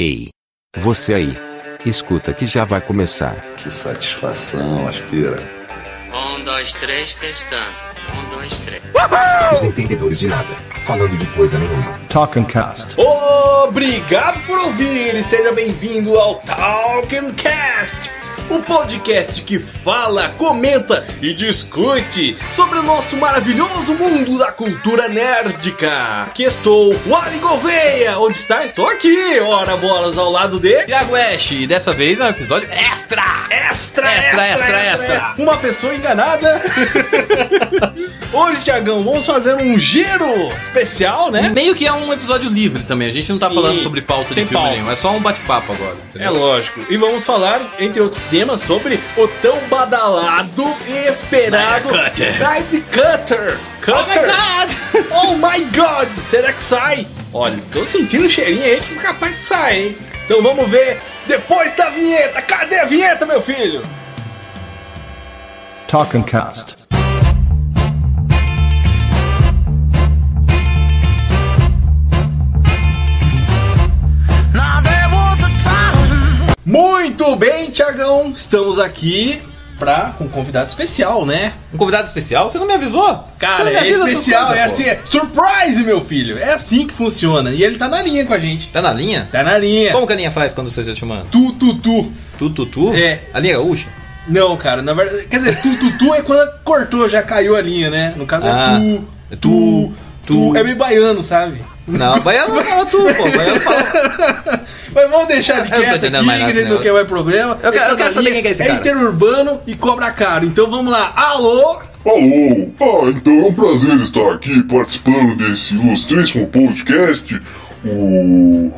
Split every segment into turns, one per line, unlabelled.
Ei! Você aí! Escuta que já vai começar.
Que satisfação, aspira.
Um, dois, três, testando. Um, dois, três.
Os entendedores de nada, falando de coisa nenhuma.
Talk and Cast.
Obrigado por ouvir e seja bem-vindo ao Talking Cast, o podcast que fala, comenta e discute sobre o nosso maravilhoso mundo da cultura nerdica. Que estou, o Ari Gouveia. Onde está? Estou aqui, ora bolas, ao lado de
Thiago Ash, e dessa vez é um episódio extra!
Extra,
Extra, extra, extra.
Uma pessoa enganada. Hoje, Tiagão, vamos fazer um giro especial, né?
Meio que é um episódio livre também, a gente não tá
Sim,
falando sobre pauta
sem
de filme
pauta.
nenhum, é só um bate-papo agora.
É
entendeu?
lógico. E vamos falar, entre outros temas, sobre o tão badalado e esperado
Snyder Cutter.
Night Cutter. Cutter. Oh my, God! Será que sai? Olha, tô sentindo um cheirinho aí que capaz que sai, hein? Então vamos ver depois da vinheta. Cadê a vinheta, meu filho?
Talk and Cast.
Muito bem, Tiagão. Estamos aqui pra, com um convidado especial, né?
Um convidado especial? Você não me avisou? Você
Cara,
não me
é
avisa
especial,
essas
é
coisas,
assim, é surprise, meu filho. É assim que funciona. E ele tá na linha com a gente.
pô. Tá na linha?
Tá na linha.
Como que a linha faz quando você tá chamando?
Tu, tu, tu.
Tu, tu, tu?
É.
A linha gaúcha?
Não, cara, na verdade. Quer dizer, tu, tu, tu é quando cortou, já caiu a linha, né? No caso
Ah,
é
é
tu,
tu,
tu,
tu.
tu. É meio baiano, sabe?
Não, baiano não fala tu, pô. Baiano fala.
Mas vamos deixar de
Ah, Eu não tô
quieto
entendendo
aqui,
mais nada
que
desse
não quer mais problema.
Eu quero-
Ele tá
eu quero
na
saber
linha,
quem que é esse
É
cara.
interurbano e cobra caro. Então vamos lá. Alô?
Alô! Ah, então é um prazer estar aqui participando desse ilustríssimo podcast, o.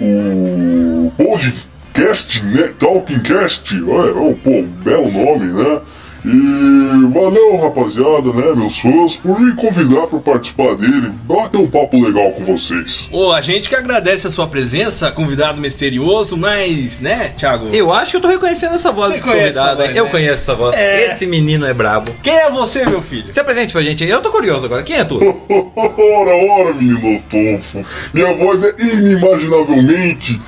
O. Podcast, né? Talkingcast, é, é, pô, belo nome, né? E valeu, rapaziada, né, meus fãs, por me convidar para participar dele, bater um papo legal com vocês.
Ô, a gente que agradece a sua presença, convidado misterioso, mas, né, Thiago?
Eu acho que eu tô reconhecendo essa voz
Você
desse
conhece essa
convidado,
voz,
hein? Eu
né?
conheço essa voz.
É.
Esse menino é brabo.
Quem é você, meu filho?
Se apresente pra gente, eu tô curioso agora. Quem é tu?
Ora, ora, menino Astolfo, minha voz é inimaginavelmente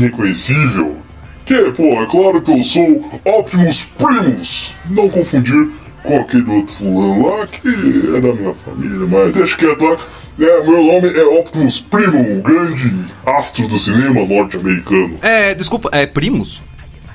irreconhecível. Que, pô, é claro que eu sou Optimus Primus, não confundir com aquele outro fulano lá que é da minha família, mas deixa quieto lá. É, meu nome é Optimus Primo, o grande astro do cinema norte-americano.
É, desculpa, é Primus?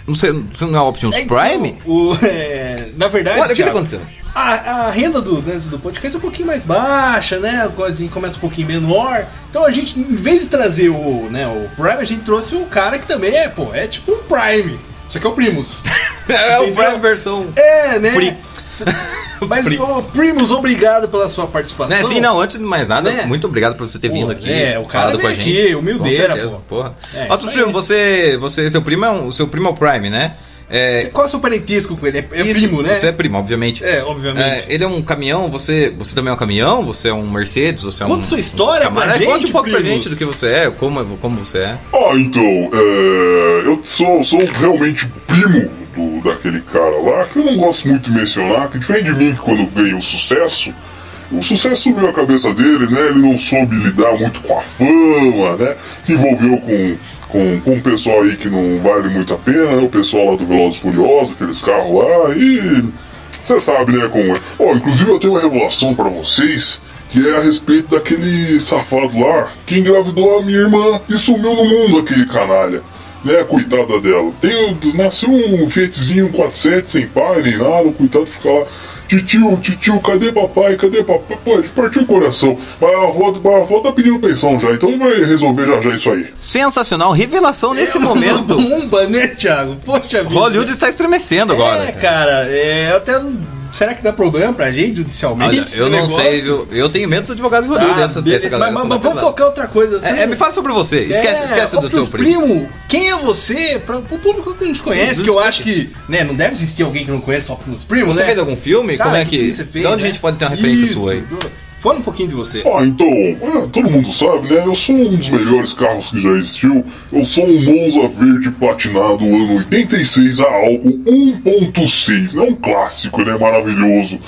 Não sei, você não é Optimus Prime?
O, então. é, na verdade,
Olha, o que tá
Thiago,
acontecendo?
a, a renda do, né, do podcast é um pouquinho mais baixa, né? A gente começa um pouquinho menor. Então a gente, em vez de trazer o, né, o Prime, a gente trouxe um cara que também é, pô, é tipo um Prime. Só que é o Primus.
É
Entendeu?
o Prime versão
É, né?
Free.
Mas,
Free.
ô, Primus, obrigado pela sua participação.
Né, sim, não, antes de mais nada,
Né?
muito obrigado por você ter
Pô,
vindo aqui.
é, o cara
falado
veio aqui, humildeira,
Com certeza,
pô.
porra.
É,
Ó, tu,
isso
primo,
aí.
você, você, seu primo é um, o seu primo é o Prime, né? É,
Qual é o seu parentesco com ele? É, é
isso,
primo, né?
Você é primo, obviamente.
É, obviamente.
É, ele é um caminhão, você, você também é um caminhão, você é um Mercedes, você é um.
Conta sua história pra
camarada.
gente,
Conte um pouco pra
primos.
gente do que você é, como, como você é.
Ah, então, é, eu sou, sou realmente primo do, daquele cara lá, que eu não gosto muito de mencionar, que diferente de mim, que quando ganha o sucesso, o sucesso subiu a cabeça dele, né? Ele não soube lidar muito com a fama, né? Se envolveu com, com, com um pessoal aí que não vale muito a pena, né? O pessoal lá do Veloz Furioso, aqueles carros lá, e você sabe, né, como é. Ó, inclusive eu tenho uma revelação pra vocês, que é a respeito daquele safado lá que engravidou a minha irmã e sumiu no mundo, aquele canalha. Né, coitada dela. Tem, um- nasceu um Fiatzinho 400 sem pai nem nada, o coitado fica lá. Titio, titio, cadê papai? Cadê papai? Pô, ele partiu o coração. Mas a avó, mas a avó tá pedindo pensão já, então vai resolver já já isso aí.
Sensacional, revelação nesse
Uma
momento.
bomba, né, Thiago? Poxa vida.
Hollywood está estremecendo agora.
É, cara, é, eu até. Será que dá problema pra gente judicialmente?
Olha,
esse
eu não
negócio?
sei, viu? Eu tenho medo dos advogados de
Tá,
Hollywood dessa,
beleza.
dessa galera.
Mas,
essa
mas
galera
vamos focar É, outra coisa. assim,
pesada. é, é, me fala sobre você. Esquece, esquece do teu
seu
primo.
Quem é você? Pra, pro público que não te conhece,
Sim,
que eu
dos-
acho que né, não deve existir alguém que não conhece só Optimus Primos,
Você
né?
fez algum filme?
Cara,
Como é
que
que.
filme você fez,
de onde
né?
a gente pode ter uma referência
Isso,
sua aí?
do- Fala um pouquinho de você.
Ah, então, é, todo mundo sabe, né? Eu sou um dos melhores carros que já existiu. Eu sou um Monza verde platinado ano 86 a álcool 1.6. É um clássico, né? Maravilhoso.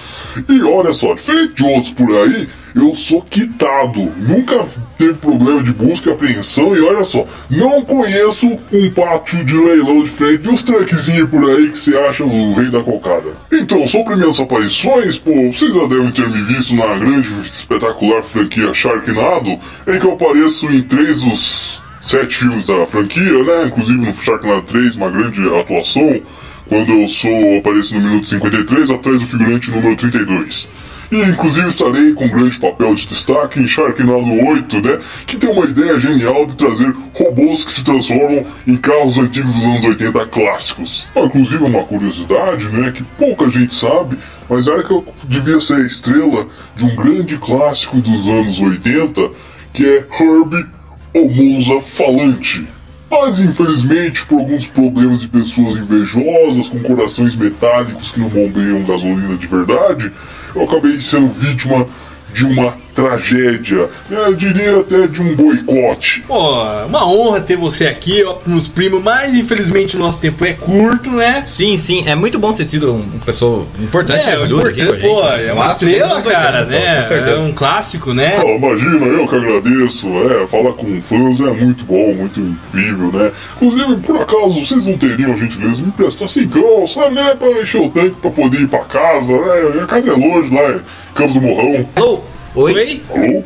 E olha só, diferente de outros por aí, eu sou quitado. Nunca teve problema de busca e apreensão. E olha só, não conheço um pátio de leilão de frente e os tranquezinhos por aí que você acha o rei da cocada. Então, sobre minhas aparições, pô, vocês já devem ter me visto na grande e espetacular franquia Sharknado, em que eu apareço em três dos sete filmes da franquia, né? Inclusive no Sharknado 3, uma grande atuação, quando eu sou apareço no minuto 53 atrás do figurante número 32. E inclusive estarei com um grande papel de destaque em Sharknado 8, né? Que tem uma ideia genial de trazer robôs que se transformam em carros antigos dos anos 80 clássicos. Ah, inclusive uma curiosidade, né? Que pouca gente sabe, mas era que eu devia ser a estrela de um grande clássico dos anos 80, que é Herbie ou Monza falante. Mas infelizmente, por alguns problemas de pessoas invejosas, com corações metálicos que não bombeiam gasolina de verdade, eu acabei sendo vítima de uma tragédia, né, eu diria até de um boicote.
Pô, uma honra ter você aqui, Optimus Primo, mas infelizmente o nosso tempo é curto, né?
Sim, sim. É muito bom ter tido um- uma pessoa importante.
é, o
orgulhosa aqui com a
importante,
gente,
pô,
né?
é uma
Márcio
estrela,
Fernandes,
cara,
pô,
né?
Com certeza.
É um clássico, né?
Ah, imagina, eu que agradeço, é, falar com fãs é muito bom, muito incrível, né? Inclusive, por acaso, vocês não teriam a gentileza de me prestar cigarro, sabe, né, pra encher o tanque pra poder ir pra casa, né? Minha casa é longe, lá é Campos do Morrão.
Alô? Oi?
Alô?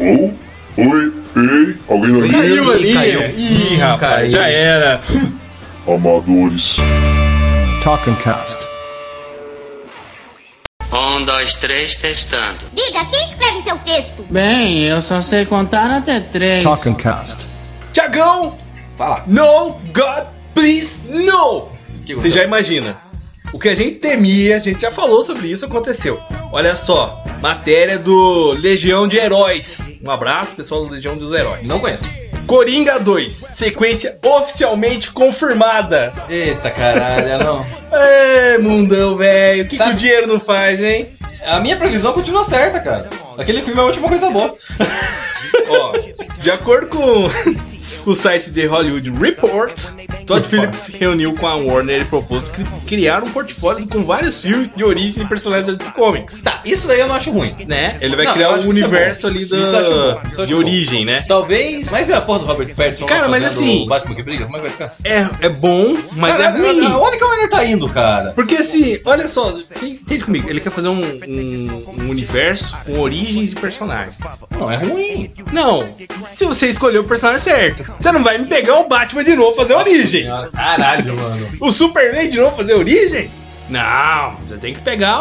Alô? Oi? Ei? Alguém na linha?
Caiu ali.
Caiu.
Ih,
Hum,
rapaz,
caiu.
já era.
Amadores.
Talking Cast.
Um, dois, três, testando.
Diga, quem escreve seu texto?
Bem, eu só sei contar até três.
Talking Cast.
Tiagão,
Fala.
no, God, please, no! Você já imagina. O que a gente temia, a gente já falou sobre isso, aconteceu. Olha só, matéria do Legião de Heróis. Um abraço, pessoal do Legião dos Heróis.
Não conheço.
Coringa 2, sequência oficialmente confirmada.
Eita caralho, não.
É, mundão, velho. O que, que
Sabe-
o dinheiro não faz, hein?
A minha previsão continua certa, cara. Aquele filme é a última coisa boa.
Ó, de acordo com o site The Hollywood Report, Todd Phillips se reuniu com a Warner e propôs cri- criar um portfólio com vários filmes de origem e personagens dos comics.
Tá, isso daí eu não acho ruim.
Né? Ele vai
Não, eu
criar
acho
um
que isso é
universo
bom.
ali
Isso eu acho bom, isso eu
da,
acho
de
bom.
origem, né?
Talvez. Mas e a porra do Robert Pattinson? lá
Cara, mas
fazendo
assim-
o Batman que briga? Como é que vai ficar?
É, é bom, mas é
Caralho,
ruim.
Onde que o Warner tá indo, cara?
Porque assim, olha só, você entende comigo, ele quer fazer um, um- um universo com origens e personagens.
Não, é ruim.
Não, se você escolher o personagem certo, você não vai me pegar o Batman de novo fazer origem.
Caralho, mano.
O Superman de novo fazer origem? Não, você tem que pegar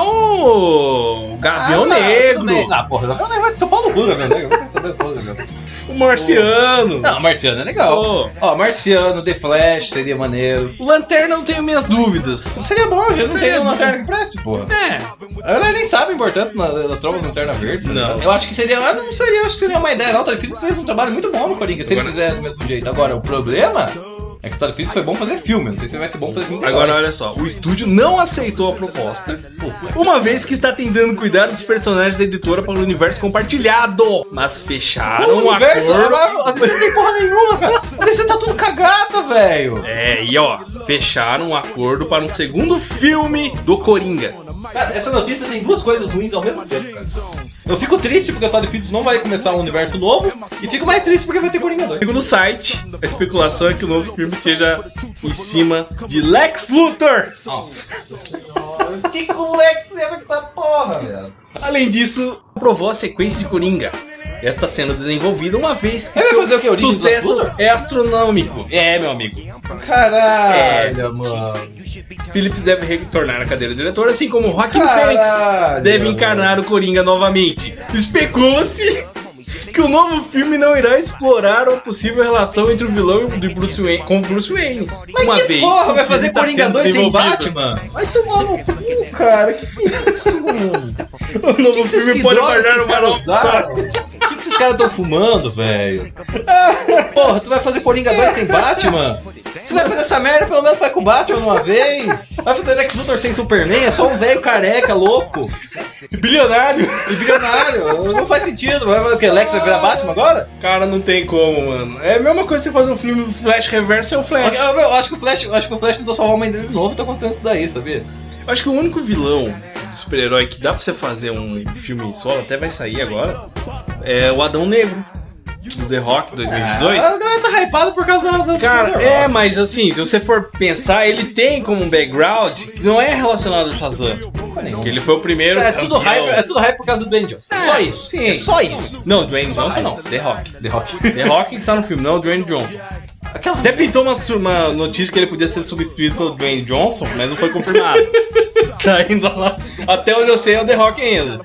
o, o Gavião
Ah, tudo bem.
Negro,
Ah, porra, Gavião Negro vai topar no cu, Gavião Negro. Eu não quero saber porra, Gavião Negro.
o Marciano.
Não, Marciano é legal.
Pô.
Ó, Marciano, The Flash seria maneiro.
O Lanterna eu tenho minhas dúvidas.
Seria bom, já não
Seria
tem
bom.
uma perna que preste, porra.
É,
Ela nem sabe a importância da, da trova do Lanterna Verde. tá
Não.
ligado? Eu acho que seria. ah, Não seria, acho que seria uma ideia, não. O Todd Phillips fez um trabalho muito bom no Coringa, se ele
Agora-
fizer do mesmo jeito. Agora, o problema é que o Todd Phillips foi bom fazer filme. Não sei se vai ser bom fazer filme. de
agora
herói.
olha só, o estúdio não aceitou a proposta, uma vez que está tentando cuidar dos personagens da editora para o universo compartilhado. Mas fecharam
o
o
universo, a
acordo.
Marvel- a DC um não tem porra nenhuma, cara. A DC tá tudo cagada, velho.
É, e ó, fecharam um acordo para um segundo filme do Coringa.
Cara, essa notícia tem duas coisas ruins ao mesmo tempo, cara. Eu fico triste porque o Todd Phillips não vai começar um universo novo e fico mais triste porque vai ter Coringa 2.
Segundo o site, a especulação é que o novo filme seja em cima de Lex Luthor.
Nossa. que moleque será que tá porra, velho?
Além disso, aprovou a sequência de Coringa. Esta sendo desenvolvida uma vez que
Ele vai fazer o quê?
seu
Origem do
sucesso
Lex Luthor?
é astronômico. É, meu amigo. É,
Caralho, mano.
Phillips deve retornar à cadeira diretora, assim como Joaquim Fênix
Caralho,
deve
mano.
encarnar o Coringa novamente. Especula-se que o novo filme não irá explorar uma possível relação entre o vilão e o de Bruce Wayne, com Bruce Wayne.
Mas
uma
que porra vai
o filme
fazer
está
Coringa
tá sendo
2 sem
desenvolvido.
Batman? Vai tomar no cu, cara. Que que é isso, mano?
O novo filme pode guardar uma nova
O que, que esses caras estão fumando, velho? Porra, tu vai fazer Coringa 2 sem Batman? Se vai fazer essa merda, pelo menos vai com o Batman uma vez. Vai fazer Lex Luthor sem Superman, é só um velho careca, louco.
Bilionário!
E bilionário. Não faz sentido. Vai, vai o que? Lex vai virar Batman agora?
Cara, não tem como, mano. É a mesma coisa que você fazer um filme do Flash Reverso é o
Eu,
Flash.
eu- eu acho que o Flash, eu acho que o Flash tentou salvar a mãe dele de novo, tá acontecendo isso daí, sabia?
Eu acho que o único vilão de super-herói que dá pra você fazer um filme solo, até vai sair agora, é o Adão Negro, do The
Ah,
Rock 2022.
A galera tá hypada por causa da- da.
Cara,
da-
é, mas assim, se você for pensar, ele tem como um background que não é relacionado ao Shazam. Que ele foi o primeiro.
É tudo,
campeão.
hype, é tudo hype por causa do Ben Johnson. só isso.
sim.
É só isso.
Não, Dwayne Johnson não, The Rock.
The Rock.
The Rock que tá no filme, não o Dwayne Johnson.
Aquela
Até pintou uma, su- uma notícia que ele podia ser substituído pelo Dwayne Johnson, mas não foi confirmado. tá ainda lá. Até onde eu sei é o The Rock ainda.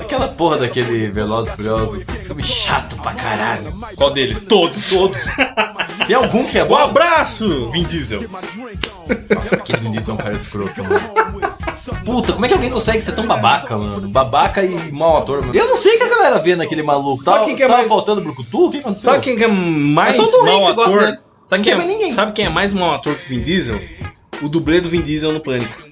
Aquela porra daquele Velozes e Furiosos, filme chato pra caralho.
Qual deles? Todos, todos.
Tem algum que é
Um
bom?
abraço, Vin Diesel.
Nossa, aquele Vin Diesel é um cara escroto, mano. Puta, como é que alguém consegue ser tão babaca, mano? Babaca e mau ator, mano. Eu não sei o que a galera vê naquele maluco.
Sabe
Tava,
quem que é
tava
mais-
faltando Brucutu? O que aconteceu?
Sabe quem que é mais
É só o Tom
mau
Hanks que gosta
ator?
dele.
Sabe quem,
Não tem mais
é,
ninguém.
sabe quem é mais mau ator que o Vin Diesel? O dublê do Vin Diesel no Pânico.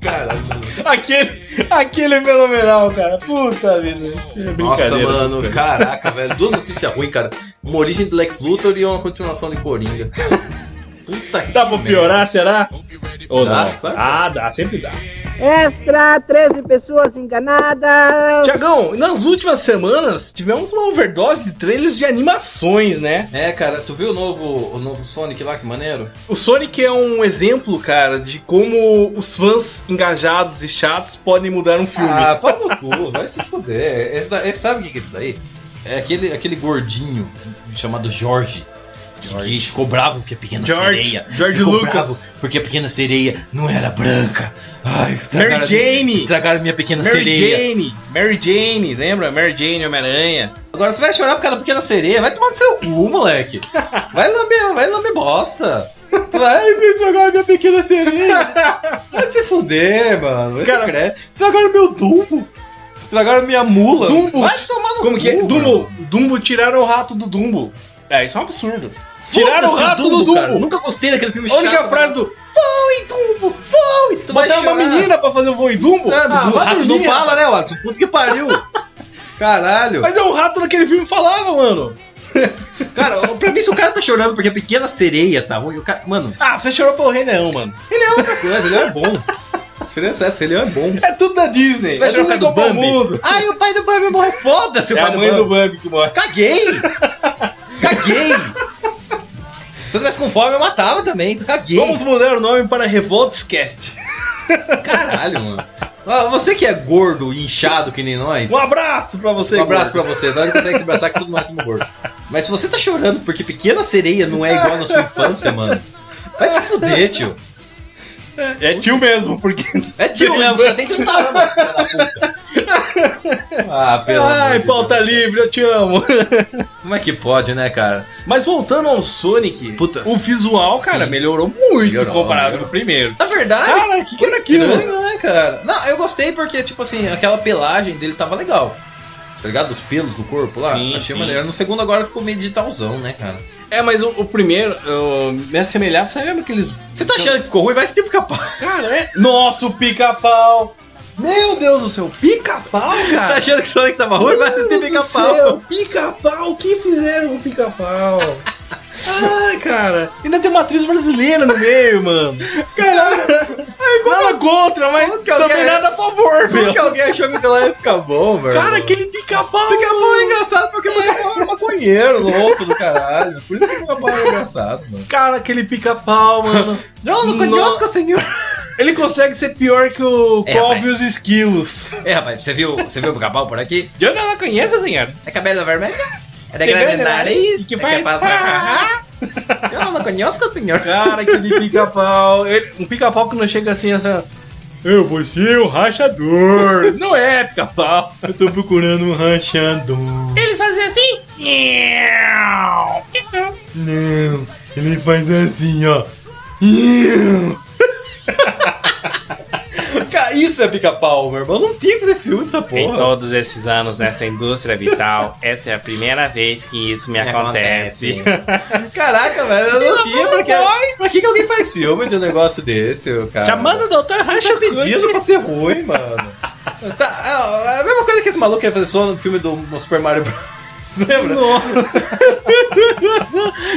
Caralho.
Aquele, aquele é fenomenal, cara. Puta vida. É
Nossa,
brincadeira.
mano, caraca, velho. Duas notícias ruins, cara. Uma origem do Lex Luthor e uma continuação de Coringa. Puta que
Dá pra
merda.
piorar, será? Ou
Dá,
não?
claro.
Ah, dá, sempre dá.
Extra, 13 pessoas enganadas.
Tiagão, nas últimas semanas tivemos uma overdose de trailers de animações, né?
É, cara, tu viu o novo, o novo Sonic lá, que maneiro?
O Sonic é um exemplo, cara, de como os fãs engajados e chatos podem mudar um filme.
Ah, pau no cu, vai se fuder. Esse, da- esse- sabe o que que é isso daí? É aquele, aquele gordinho chamado Jorge. que- Que ficou bravo porque a pequena
George-
sereia.
George
ficou
Lucas.
bravo porque a pequena sereia não era branca. Ai, estragaram,
Mary Jane.
estragaram minha pequena
Mary
sereia.
Jane, Mary Jane, lembra? Mary Jane, Homem-Aranha.
Agora você vai chorar por causa da pequena sereia? Vai tomar no seu cu, moleque. Vai lamber, vai lamber bosta. Tu vai "Ai, me estragaram minha pequena sereia. Vai se fuder, mano. Esse
Cara,
cara, estragaram meu Dumbo. Estragaram minha mula. tá
Dumbo?
Vai te tomar no
Como
cu,
que é?
mano.
Dumbo, Dumbo, tiraram o rato do Dumbo. É, isso é um absurdo. Tiraram o
Foda-se
rato do
cara.
Dumbo.
Nunca gostei daquele filme
A única
chato,
frase
mano.
do Voe, Dumbo, voe. Tu
vai
botar uma
chorar.
menina pra fazer o voo em Dumbo?
É, do-
Ah,
do
vai
rato não
dormir,
fala, né, Watson? Puta que pariu. Caralho.
Mas é um rato naquele filme falava, mano.
Cara, pra mim, se o cara tá chorando porque a pequena sereia tá ruim, o cara. Mano,
Ah, você chorou pelo Rei Leão, mano.
ele é outra coisa, ele é bom. A diferença é essa, ele é bom.
É tudo da Disney.
Vai
é tudo
chorar do
Copa
Bambi. Ah,
Mundo.
Ai, o pai do Bambi morreu. Foda-se o
É
pai
a mãe do
Bambi.
Bambi que morre.
Caguei! Caguei! Se eu tivesse com fome, eu matava também. então Caguei!
Vamos mudar o nome para Revoltescast.
Caralho, mano. Ah, Você que é gordo e inchado que nem nós,
Um abraço pra você,
um abraço
gordo.
pra você. Nós conseguimos se abraçar que tudo nós somos gordo. Mas se você tá chorando porque Pequena Sereia não é igual na sua infância, mano, vai se fuder, tio.
É tio mesmo, porque.
É tio mesmo, já tem que estar, mano. filha da puta. Ah, pelo amor
Ai,
de Deus.
pauta livre, eu te amo.
Como é que pode, né, cara?
Mas voltando ao Sonic,
Putas.
o visual, cara,
Sim.
melhorou muito
Melhorou,
comparado
melhorou.
com o primeiro.
Na verdade,
Cara, que que
foi
era aquilo?
estranho, né, cara? Não, eu gostei porque, tipo assim, aquela pelagem dele tava legal. Tá ligado? Os pelos do corpo lá.
Sim,
Achei
sim.
maneiro. No segundo agora ficou meio digitalzão, né, cara?
É, mas o, o primeiro, eu me assemelhava, você lembra aqueles.
Você tá achando que ficou ruim? Vai ser tipo capaz.
Cara, é. Nossa, o pica-pau! Meu Deus do céu, pica-pau,
Tá
cara!
achando que o Sonic tava ruim? Vai tipo
Mano Ah.
ser
do
pica-pau.
céu, Pica-pau, o que fizeram com o pica-pau? Ai, cara, ainda tem uma atriz brasileira no meio, mano. é Caralho, nada contra, mas
Como que alguém-
também nada a favor,
Por
meu.
que alguém achou que aquilo ia ficar bom, velho?
Cara, aquele é? pica-pau.
Pica-pau é engraçado porque o pica-pau era um maconheiro louco do caralho. Por isso que o pica-pau é engraçado, mano.
Cara, aquele pica-pau, mano.
Não,
não conosco,
senhor.
Ele consegue ser pior que o
É,
Cove e
mas-
os Esquilos.
É, rapaz, você viu, você viu o pica-pau por aqui?
Eu não conheço, senhor.
É cabelo vermelho? É de
Tem
grande
grande
nariz?
nariz, que
é
faz-
capaz de-
Ah!
Eu não conheço, senhor.
Cara, aquele pica-pau. Ele- Um pica-pau que não chega assim, essa. Eu vou ser o rachador. não é, pica-pau. Eu tô procurando um rachador. Eles fazem assim? Não, ele faz assim, ó.
Cara, isso é pica-pau, meu irmão. Não tinha que ter filme dessa porra.
Então,
Em todos esses anos nessa indústria vital, essa é a primeira vez que isso me acontece.
É, Caraca, velho, eu não tinha pra que. Pra que, que alguém faz filme de um negócio desse, cara?
Chamando o doutor
Racha
Racha
pedido pra ser ruim, é mano. Tá, é a mesma coisa que esse maluco ia fazer só no filme do Super Mario Bros. Lembra?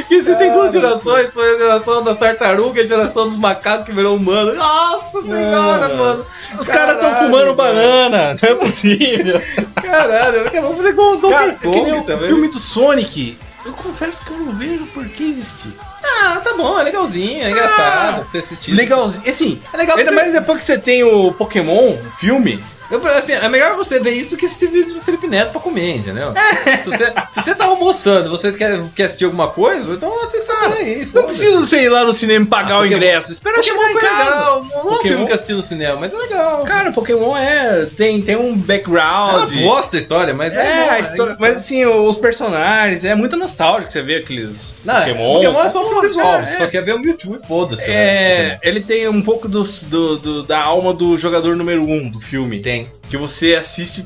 que existem duas gerações, foi a geração da tartaruga e a geração dos macacos que virou humano. Nossa senhora, mano.
Os caras estão fumando banana, não é possível.
Caralho, acabou fazer com o
Cara, é
Donkey
que nem
Kong
o
também.
filme do Sonic. Eu confesso que eu não vejo por que existir.
Ah, tá bom, é legalzinho, é
Ah,
engraçado pra você assistir.
Legalzinho, assim,
É legal pra
ainda
você...
mais depois que você tem o Pokémon, o filme.
Eu, assim, é melhor você ver isso do que assistir vídeo do Felipe Neto pra comer, entendeu?
É.
se, você, se você tá almoçando e você quer, quer assistir alguma coisa, então assista aí.
Ah, Não preciso, sei lá, no cinema pagar o
Ah, Pokémon-
ingresso. Espera chegar
Pokémon
em
foi
casa.
legal. Não é um
Pokémon-
filme que eu assisti no cinema, mas é legal.
assim, Cara, Pokémon é tem, tem um
É uma
background.
bosta a história, mas é,
é,
bom,
a história, mas assim, os personagens, é muito nostálgico você ver aqueles
Não, Pokémon, Pokémon é só
Pô,
filme visual,
cara,
você
é.
só quer ver o Mewtwo e foda-se. né? o resto do
É, ele tem um pouco dos- do, do- da alma do jogador número um do filme.
Pokémon. tem.
Que você assiste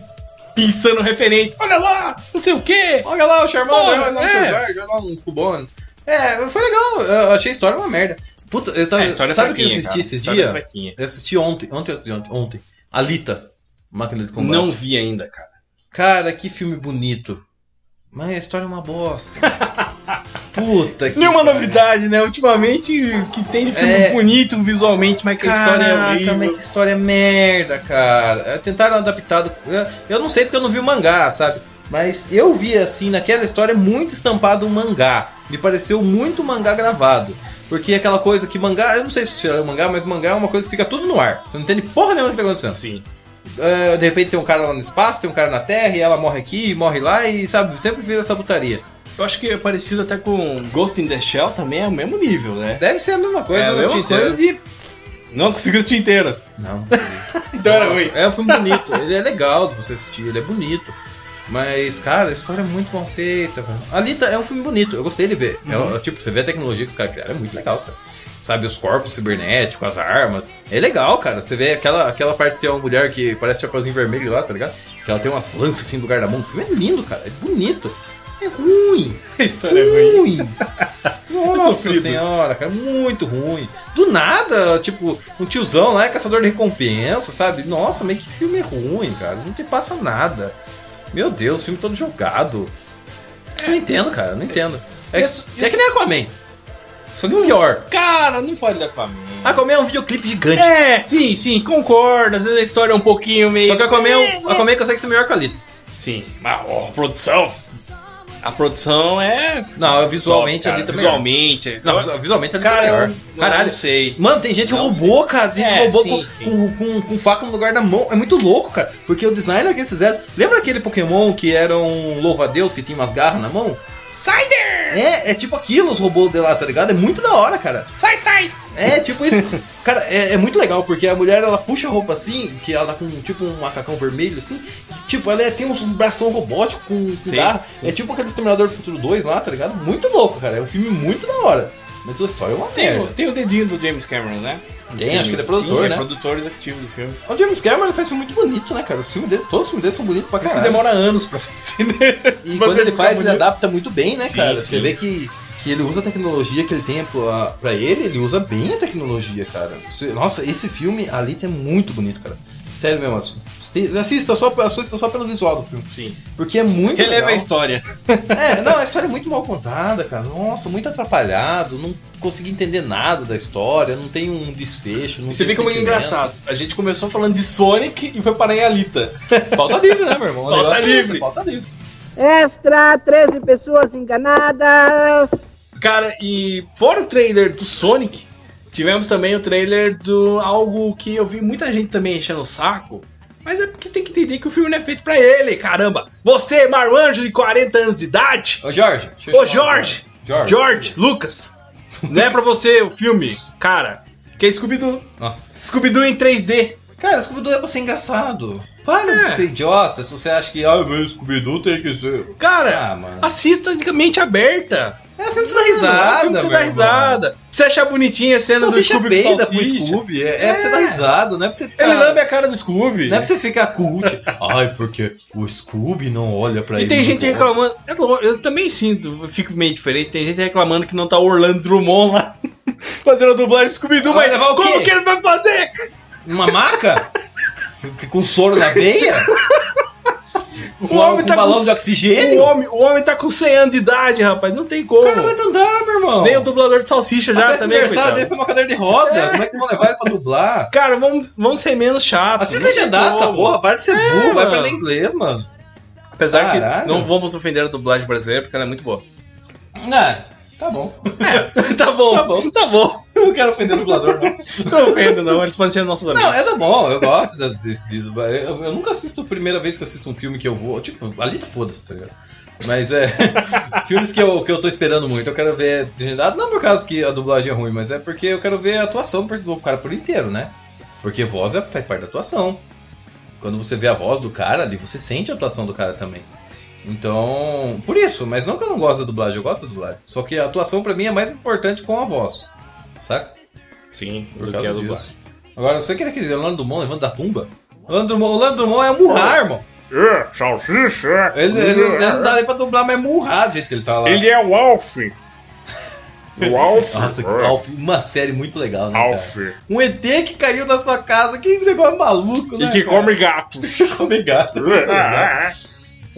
pensando referência. Olha lá, não sei o quê.
Olha lá o Charmander,
Porra,
olha lá o
é.
Charizard, olha lá o Cubone. É, foi legal, eu achei a história uma merda. Puta, eu tava,
É, a história é
sabe o que eu assisti
fraquinha, cara. A
esses
história é
dias?
fraquinha.
Eu assisti ontem, ontem eu assisti ontem, ontem. Alita, Máquina de Combate.
Não vi ainda, cara.
Cara, que filme bonito. Mas a história é uma bosta. Puta que.
Nenhuma novidade, né? Ultimamente, o que tem de filme
É.
bonito visualmente, mas que a história é horrível.
mas que história é merda, cara. É, Tentaram adaptar. do- eu- Eu não sei porque eu não vi o mangá, sabe? Mas eu vi, assim, naquela história muito estampado um mangá. Me pareceu muito mangá gravado. Porque aquela coisa que mangá, eu não sei se é mangá, mas mangá é uma coisa que fica tudo no ar. Você não entende porra nenhuma do que tá acontecendo.
Sim.
É, de repente tem um cara lá no espaço, tem um cara na terra, e ela morre aqui, morre lá, e sabe, sempre vira essa putaria.
Eu acho que é parecido até com Ghost in the Shell também, é o mesmo nível, né?
Deve ser a mesma coisa,
Coisa
eu
é,
não assisti inteiro.
de. Não conseguiu assistir inteiro.
Não.
Então era ruim.
É um filme bonito, ele é legal de você assistir, ele é bonito. Mas, cara, a história é muito mal feita, velho. Alita é um filme bonito, eu gostei de ver. É,
Uhum.
ó, tipo, você vê a tecnologia que os caras criaram, é muito legal, cara. Sabe, os corpos cibernéticos, as armas. É legal, cara. Você vê aquela, aquela parte que tem uma mulher que parece chapeuzinho vermelho lá, tá ligado? Que ela tem umas lanças assim do lugar da mão. O filme é lindo, cara. É bonito. É ruim.
A história é ruim. É
Nossa
Sofrido.
senhora, cara, muito ruim. Do nada, tipo, um tiozão lá é caçador de recompensa, sabe? Nossa, meio que filme ruim, cara. Não te passa nada. Meu Deus, o filme todo jogado. Eu não entendo, cara, eu não entendo. É,
Isso-
é que nem Aquaman. Só que pior.
Cara, não pode dar pra mim.
Aquaman é um videoclipe gigante.
É, sim, sim, concordo. Às vezes a história é um pouquinho meio.
Só que Aquaman, é um- Aquaman consegue ser melhor que a Lita.
Sim, mas ó, a produção. A produção é.
Não, visualmente a
Cara,
Lita é melhor.
Visualmente. é-
Não, visu- visualmente a Lita
Cara,
é melhor.
eu não-
Caralho.
não sei.
Mano, tem gente que roubou, cara. Tem gente que
É,
roubou
sim,
com,
sim.
Com, com, com faca no lugar da mão. É muito louco, cara. Porque o designer que eles fizeram. Lembra aquele Pokémon que era um louva-a-deus que tinha umas garras na mão? Cider! É, é tipo aquilo, os robôs de lá, tá ligado? É muito da hora, cara.
Sai, sai!
É, tipo isso. Cara, é, é muito legal, porque a mulher, ela puxa a roupa assim, que ela tá com, tipo, um macacão vermelho, assim. e, tipo, ela é- tem um bração robótico com, com
Sim,
garra.
sim.
É tipo aquele Exterminador do Futuro 2 lá, tá ligado? Muito louco, cara. É um filme muito da hora. Mas a história é uma
Tem, o-
merda.
tem o dedinho do James Cameron, né?
Tem, acho que ele é
Sim,
produtor, né?
É produtor executivo do filme.
O James Cameron ele faz filme muito bonito, né, cara? Os filmes dele, todos os filmes dele são bonitos pra
Por isso que
caralho.
É, demora anos pra fazer. né?
E
pra
quando ele
ficar
faz, ele
bonito.
adapta muito bem, né,
Sim,
cara? Você
sim.
vê que, que ele usa a tecnologia que ele tem pra, pra ele, ele usa bem a tecnologia, cara. Você- Nossa, esse filme ali é muito bonito, cara. Sério mesmo, assim. Você- Assista só, assista só pelo visual do filme.
Sim.
Porque é muito
Releva a
legal.
história.
É, não, a história é muito mal contada, cara. Nossa, muito atrapalhado. Não consegui entender nada da história. Não tem um desfecho. Não
E você
tem
vê como é
sentimento.
engraçado. A gente começou falando de Sonic e foi parar em Alita.
Pauta livre, né, meu irmão? O
Pauta
negócio é esse,
livre.
Pauta livre.
Extra, 13 pessoas enganadas.
Cara, e fora o trailer do Sonic, tivemos também o trailer do algo que eu vi muita gente também enchendo o saco. Mas é porque tem que entender que o filme não é feito pra ele, caramba! Você, Maranjo, de 40 anos de idade!
Ô, Jorge. deixa eu
Ô,
te
Jorge!
falar uma coisa. Jorge.
George, Lucas! Não é pra você o filme, cara. Que é Scooby-Doo.
Nossa.
Scooby-Doo em 3D.
Cara, Scooby-Doo é pra ser engraçado. Para
É.
de ser idiota se você acha que... Ah, mas Scooby-Doo tem que ser...
Cara,
Ah, mano.
assista de mente aberta.
É filme que você dá risada,
É filme que você dá
meu
risada. Você achar bonitinha a cena
irmão.
do
Você se
Scooby com
peida pro
salsicha.
Scooby. É, é pra você dar
É.
risada, não é pra você ficar...
Ele lambe a cara do Scooby.
Não é pra você ficar cult. Ai, porque o Scooby não olha pra
E
ele.
tem
nos
gente
olhos.
reclamando. é lógico, Eu também sinto, eu fico meio diferente. Tem gente reclamando que não tá o Orlando Drummond lá fazendo a dublagem do Scooby-Doo,
Ah, vai
mas
levar o quê?
como que ele vai fazer?
Uma maca? Com soro na veia? O homem tá com balão de oxigênio?
O homem, o homem tá com 100 anos de idade, rapaz. Não tem
O
como.
cara não aguenta andar, meu irmão.
Nem o dublador de salsicha já
Até esse
também.
aniversário
coitado.
dele foi uma cadeira de roda. Como é que vão levar ele pra dublar?
Cara, vamos, vamos ser menos chatos.
Assim
não tem
né? legendado essa
como.
porra, para de ser
É,
burro, vai
mano.
pra ler inglês, mano.
Apesar que
Caralho.
não vamos ofender a dublagem brasileira, porque ela é muito boa.
Ah, tá bom.
tá bom,
Tá bom.
tá bom.
Eu não quero ofender o dublador, não.
Não ofendo, não. Eles podem ser nossos amigos.
Não, é tá bom, eu gosto da- desse de dublar. Eu, eu nunca assisto a primeira vez que eu assisto um filme que eu vou. Tipo, ali tá foda-se, tá ligado? Mas é. filmes que eu, que eu tô esperando muito. Eu quero ver legendado, não por causa que a dublagem é ruim, mas é porque eu quero ver a atuação por- do cara por inteiro, né? Porque voz é- faz parte da atuação. Quando você vê a voz do cara ali, você sente a atuação do cara também. Então, por isso, mas não que eu não gosto da dublagem, eu gosto da dublagem. Só que a atuação pra mim é mais importante com a voz, saca?
Sim,
Por
do
causa
que a
disso.
dublagem.
Agora, você queria que ele Orlando Drummond levando da tumba? Orlando Drummond, Orlando Drummond é murrar, irmão.
É, Salsicha!
Ele, ele, ele não dá nem pra dublar, mas é murrar do jeito que ele tá lá.
é o Alf! O Alf! é.
Nossa, que Alf, uma série muito legal, né, cara? Um ET que caiu na sua casa, que negócio maluco, né? cara?
gatos!
come gato.
É,
É,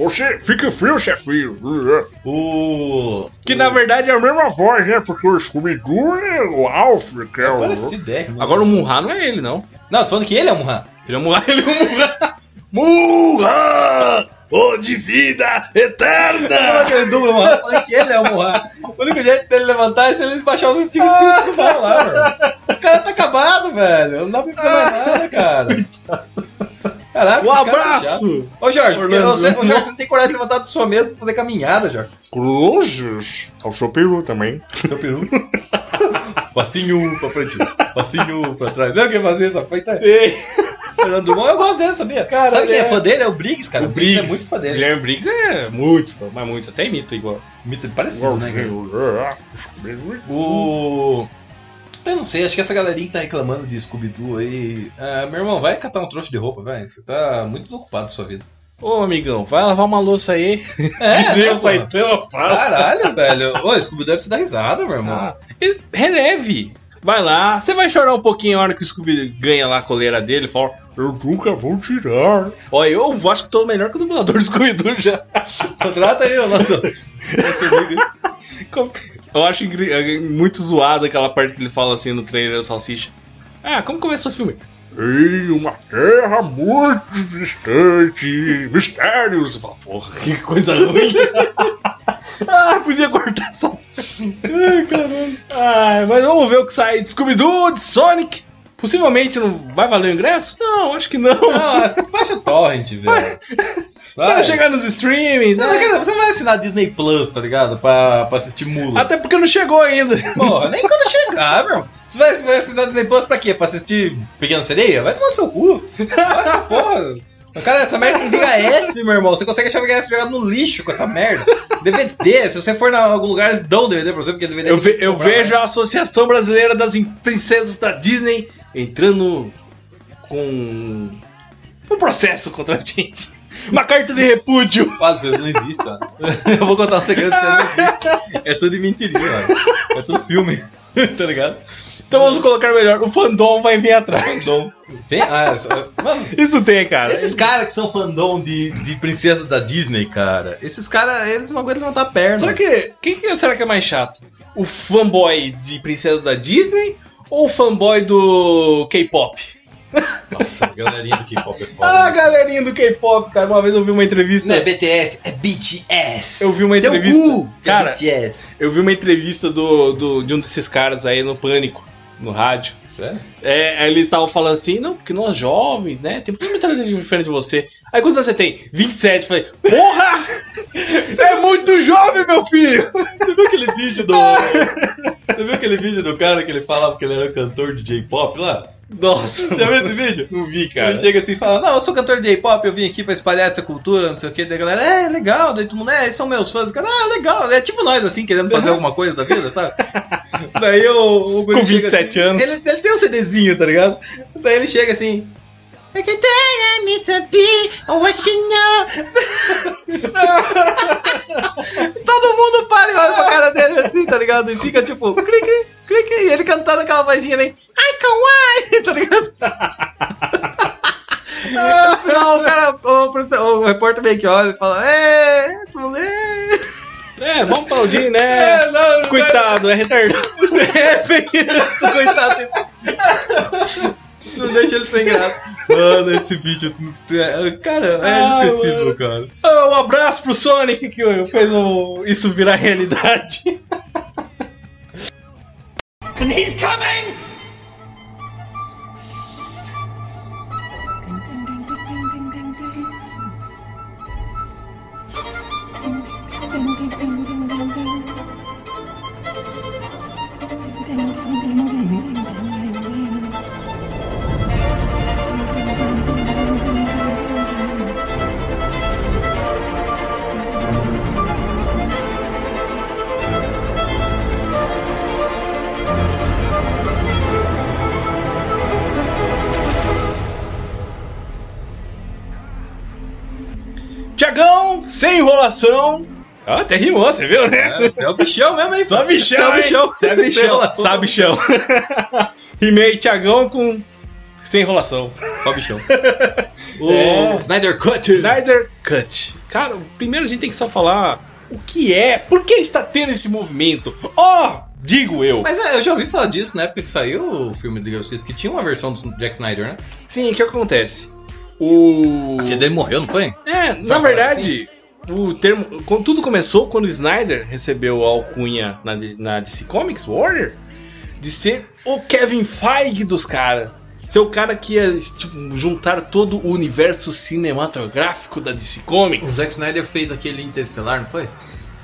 Você fica frio, chefinho!
O...
Que na verdade é o mesmo.
mesma voz, né? Porque o Scooby-Doo é o Alf, que é
Parece ideia, mano.
Agora o Murra não é ele, não.
Não, tô falando que ele é murrar.
Ele é o Murra, ele é o Murra.
Murra! Ô de vida eterna!
Ele dubla o Murrar, tô falando que ele é o murrar. O único jeito dele levantar é se ele baixar os estigmas que ele vai lá, mano. O cara tá acabado, velho. Não dá pra fazer mais nada, cara. Caraca,
Um
esse cara é chato.
abraço!
Ô Jorge, porque
Orlando.
você, ô, Jorge, você não tem coragem de levantar da sua mesa pra fazer caminhada, Jorge.
Cruzes?
Tá
É o seu peru também.
Seu peru. passinho um pra frente, passinho um pra trás. Não, quem fazia essa feita? tá Fernando Drummond, eu gosto dele, sabia? Sabe quem é fã dele? É o Briggs, cara.
O Briggs.
é muito fã dele.
Guilherme Briggs é muito, fã, mas muito. Até imita igual.
Muito parecido, né, cara?
Scooby-Doo.
O... Eu não sei, acho que essa galerinha que tá reclamando de Scooby-Doo aí... Ah, meu irmão, vai catar um trouxa de roupa, velho. Você tá muito desocupado da sua vida.
Ô, amigão, vai lavar uma louça aí.
É,
Deus,
tá,
sai
pô.
pela fala.
Caralho, velho. Ô, Scooby-Doo deve se dar risada, meu irmão.
Ah, e releve. Vai lá. Você vai chorar um pouquinho a hora que o Scooby ganha lá a coleira dele e fala. Eu nunca vou tirar. Ó, eu acho que tô melhor que o dublador do Scooby-Doo já.
Contrata aí o nosso... nosso amigo.
Como- Eu acho ingri- eh, muito zoado aquela parte que ele fala assim no trailer do Salsicha. Ah, como começa o filme? Em uma terra muito distante, mistérios. Você fala, porra, que coisa ruim. ah, podia cortar essa. Ai, caralho. Ah, mas vamos ver o que sai de Scooby-Doo, de Sonic. Possivelmente não vai valer o ingresso? Não, acho que não.
Não, essa- baixa o torrent, velho.
vai
Vai.
chegar nos streamings,
É.
Não, não,
né?
cara, Você não vai assinar Disney Plus, tá ligado? Pra, pra assistir mula.
Até porque não chegou ainda.
Porra, nem quando chegar, meu. irmão. Você vai, você vai assinar Disney Plus pra quê? Pra assistir Pequena Sereia? Vai tomar no seu cu. Nossa, porra. Cara, essa merda tem VHS, meu irmão. Você consegue achar VHS jogado no lixo com essa merda. DVD, se você for em algum lugar, eles dão DVD é pra você, porque DVD
Eu, ve- eu vejo a Associação Brasileira das Em- Princesas da Disney entrando com um processo contra a gente. Uma carta de repúdio.
Fala, vocês não existem, mano. Eu vou contar um segredo pra vocês não existem. É tudo mentirinha, mano. É tudo filme. tá ligado?
Então vamos colocar melhor. O fandom vai vir atrás.
Fandom. Tem? Ah, é só... Mano,
Isso tem, cara.
é
esses caras que são fandom de, de princesas da Disney, cara, esses caras, eles não aguentam levantar a perna.
Será que. Quem que será que é mais chato? O fanboy de princesa da Disney ou o fanboy do K-pop?
Nossa, a galerinha do K-pop é foda.
Ah,
Ah,
galerinha do K-pop, cara. Uma vez eu vi uma entrevista.
não é BTS, é BTS.
Eu vi uma
Teu
entrevista.
cu é
Cara,
BTS.
Eu vi uma entrevista do, do- de um desses caras aí no Pânico, no rádio.
Sério?
É, aí ele tava falando assim, não, porque nós jovens, né? Tem muita mentalidade diferente de você. Aí quando você tem 27, eu falei, porra! é muito jovem, meu filho!
Você viu aquele vídeo do. Você viu aquele vídeo do cara que ele falava que ele era cantor de J-pop lá?
Nossa,
Já viu esse vídeo?
não vi,
Ele chega assim e fala: Não, eu sou cantor de J-pop, eu vim aqui pra espalhar essa cultura, não sei o que. Daí a galera, é legal, daí todo mundo, é, eles são meus fãs. O cara, ah, legal, é tipo nós assim, querendo fazer alguma coisa da vida, sabe? daí o, o guri
Uhum. Com
chega
27
assim,
anos.
Ele, ele tem um CDzinho, tá ligado? Daí ele chega assim. I can tell I miss a bee, I wish you know. Todo mundo para e olha pra cara dele assim, tá ligado? E fica tipo, clique, clique, e ele cantando aquela vozinha bem, ai, kawaii, tá ligado? No final, o cara, o, apresenta- o repórter meio que olha e fala: É, moleque.
É, vamos aplaudir, né?
É, não, não
Coitado, é retardado.
Você é bem isso, coitado. tem- Não deixa ele sem graça. Mano, esse vídeo. é, Cara, é
Ai,
inesquecível,
mano.
cara.
Ah, um abraço pro Sonic que fez o- isso virar realidade.
Tiagão, sem enrolação.
Ah, até rimou, você viu, né?
É, Você é o bichão mesmo, hein?
Só bichão,
Só
hein?
bichão.
Você é bichão,
Enrolação.
sabe bichão. Rimei Thiagão com... Sem enrolação.
Só bichão. O
É.
Snyder Cut.
Snyder Cut. Cara, primeiro a gente tem que só falar o que é, por que está tendo esse movimento. Ó, digo eu.
Mas é, eu já ouvi falar disso na época que saiu o filme do Liga da Justiça, que tinha uma versão do Jack Snyder, né?
Sim, o que acontece? O...
A filha dele morreu, não foi?
É, na verdade,
assim?
o termo. com- Tudo começou quando o Snyder recebeu a alcunha na, D- na DC Comics Warrior de ser o Kevin Feige dos caras. Ser o cara que ia tipo, juntar todo o universo cinematográfico da DC
O
Comics.
Zack Snyder fez aquele Interstellar, não foi?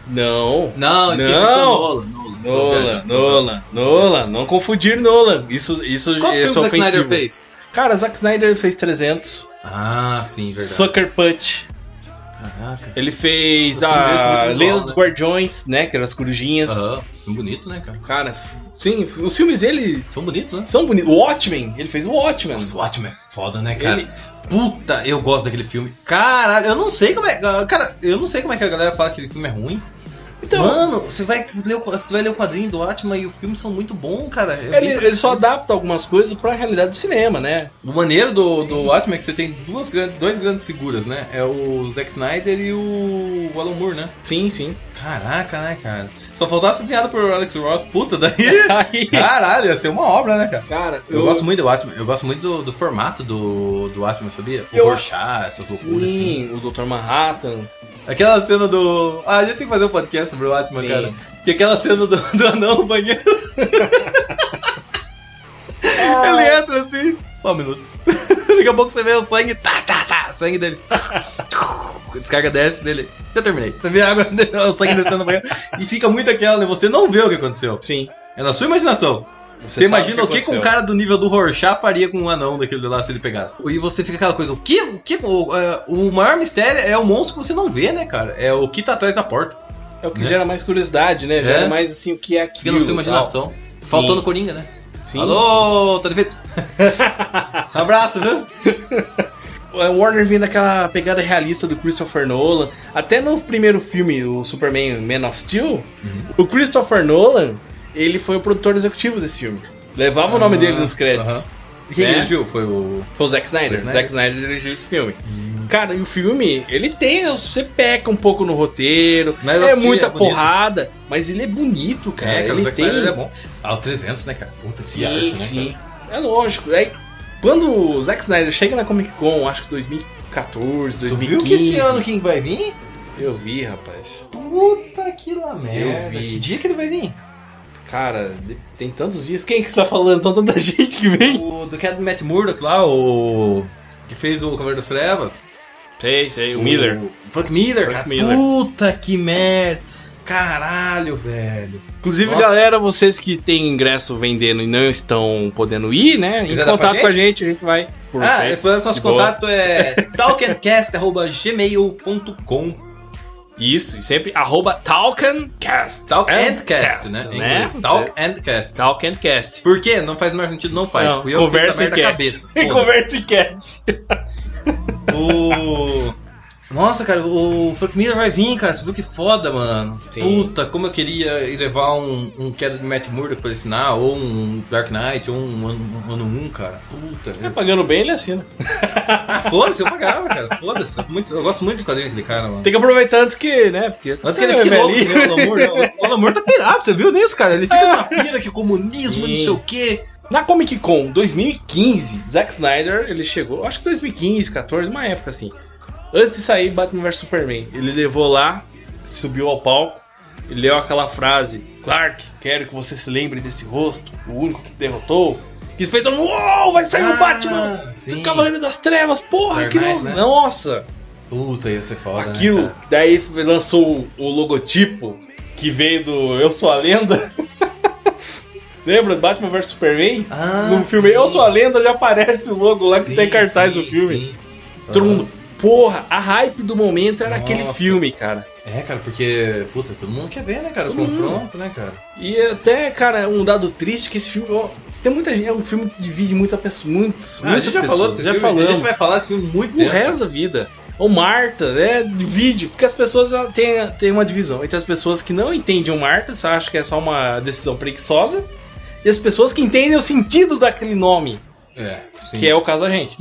Não.
Não, esse
Não.
que fez foi o Nolan. Nolan, tô
Nolan,
viajando, tô
Nolan, Nolan, não confundir Nolan. Isso, isso,
viajando. Quantos
isso é
filmes o Zack Snyder
ofensivo.
fez?
Cara, Zack Snyder fez 300.
Ah, sim, verdade.
Sucker Punch.
Caraca.
Ele fez
Os filmes dele são
a
muito visual,
Lenda dos
né?
Guardiões, né? Que eram as corujinhas.
Aham, filme bonito, né, cara?
Cara, sim, os filmes dele
São bonitos, né?
são bonitos. O Watchmen, ele fez o Watchmen.
Nossa, o Watchmen é foda, né, cara?
Ele-
Puta, eu gosto daquele filme. Caralho, eu não sei como é. Cara, eu não sei como é que a galera fala que aquele filme é ruim.
Então,
Mano, você vai, ler o, você vai ler o quadrinho do Watchmen e o filme são muito bons, cara. É
ele,
bem-
ele só adapta algumas coisas pra realidade do cinema, né?
O maneiro do, do Watchmen é que você tem duas, grandes- dois grandes figuras, né? É o Zack Snyder e o Alan Moore, né?
Sim, sim.
Caraca, né, cara? Só faltasse desenhado por Alex Ross. Puta, daí...
Aí,
Caralho, ia ser uma obra, né, cara?
cara,
Eu, gosto muito do Watchmen. Eu gosto muito do, do formato do, do Watchmen, sabia? O
Eu-
Rorschach, essas loucuras, assim.
Sim, o Dr. Manhattan.
Aquela cena do... Ah, a gente tem que fazer um podcast sobre o Watchmen,
Sim.
cara. Que aquela cena do, do anão no banheiro, ele entra assim... Só um minuto. Daqui a pouco você vê o sangue... Tá, tá, tá. Sangue dele. Descarga desce dele. Já terminei. Você vê a água, o sangue descendo no banheiro. E fica muito aquela, né? Você não vê o que aconteceu.
Sim.
É na sua imaginação. Você,
sabe
imagina o que, que um
aconteceu.
cara do nível do Rorschach faria com um anão daquele lá se ele pegasse. E você fica aquela coisa, o que. O, que, o, é, o maior mistério é o monstro que você não vê, né, cara? É o que tá atrás da porta.
É o que
Né?
gera mais curiosidade, né? Gera
É.
mais assim o que é aquilo.
Fica na sua imaginação. Faltou no Coringa, né?
tal. Sim.
Alô, tá defeito? Abraço, viu?
É, O Warner vindo daquela pegada realista do Christopher Nolan. Até no primeiro filme, o Superman Man of
Uhum.
Steel, o Christopher Nolan, ele foi o produtor executivo desse filme. Levava o nome
Ah,
dele nos créditos.
aham.
Quem
Né?
dirigiu?
Foi o.
Foi o Zack Snyder.
Zack
O Zack Snyder dirigiu esse filme. Cara, e o filme, ele tem. Você peca um pouco no roteiro,
Mas eu
é
assisti,
muita
é bonito.
porrada, mas ele é bonito, cara.
É, cara, o
ele
Zack
tem.
Snyder é bom. Ah, o 300, né, cara? Puta que
Sim,
arte, né,
sim. É lógico. É, quando o Zack Snyder chega na Comic Con, acho que 2014,
cara? Tu
2015.
viu que esse ano quem vai vir?
Eu vi, rapaz.
Puta que lá merda.
vi.
Que dia que ele vai vir?
Cara, de- tem tantos dias. Quem que você tá falando? Tão tanta gente que vem.
O do Cat Matt Murdock lá, o. Que fez o Cavaleiro das Trevas.
Sei, sei.
O Frank Miller,
Frank
cara.
Miller.
Puta que merda. Caralho, velho.
Inclusive,
Nossa.
galera, vocês que têm ingresso vendendo e não estão podendo ir, né? Em
Quiser dar pra
contato com a gente, a gente vai. Por
ah,
vocês.
depois nosso
de boa.
contato é talkandcast.gmail.com.
Isso, e sempre arroba Talkancast.
Talk and cast,
É? Cast,
né? Em
né?
inglês. Talk and cast.
Talkancast.
Por quê? Não faz o menor sentido, não faz.
Não,
Fui eu que fiz
conversa
essa
e
merda da
cast.
cabeça. Foda-se.
conversa e cast.
O. Nossa, cara, o Frank Miller vai vir, cara. Você viu que foda, mano. Puta, como eu queria ir levar um, um queda de Matt Murdock pra assinar, ou um Dark Knight, ou um ano um, ano um, cara. Puta.
É, pagando bem, ele assina.
Foda-se, eu pagava, cara. Foda-se. Eu, sou muito- eu gosto muito dos quadrinhos daquele cara, mano.
Tem que aproveitar antes que, né? Porque
Antes que ele fique louco, né? O Alamur, né? O Alamur tá pirado, você viu nisso, cara? Ele fica na pira que o comunismo, não
Sim.
sei o quê.
Na Comic Con 2015, Zack Snyder, ele chegou, acho que 2015, 14, uma época assim. Antes de sair Batman vs Superman, ele levou lá, subiu ao palco, e leu aquela frase: Clark, quero que você se lembre desse rosto, o único que te derrotou. Que fez um Uou, vai sair
Ah,
o Batman!
sim.
O Cavaleiro das Trevas, porra,
Dark
que
Knight,
louco!
né?
Nossa!
Puta, ia ser foda. né,
Aquilo,
cara?
daí lançou o logotipo que veio do Eu Sou a Lenda. Lembra? Batman vs Superman?
Ah,
no filme
sim.
Eu Sou a Lenda já aparece o logo lá que
Sim,
tem cartaz do
sim,
filme.
sim.
Todo mundo, porra, a hype do momento era
Nossa.
aquele filme, cara.
É, cara, porque, puta, todo mundo quer ver, né, cara? O
Todo mundo.
confronto, né, cara?
E até, cara, um dado triste que esse filme. ó, tem muita gente. É um filme que divide muita pessoa, muitos,
Ah, a
muitas
gente já
pessoas.
falou desse
já
filme,
falamos.
a gente vai falar desse filme muito
o
tempo.
resto da vida. Ou Marta, né? de Vídeo. Porque as pessoas ela, têm, têm uma divisão entre as pessoas que não entendem o Marta, só acham que é só uma decisão preguiçosa, e as pessoas que entendem o sentido daquele nome,
É, sim.
que é o caso da gente.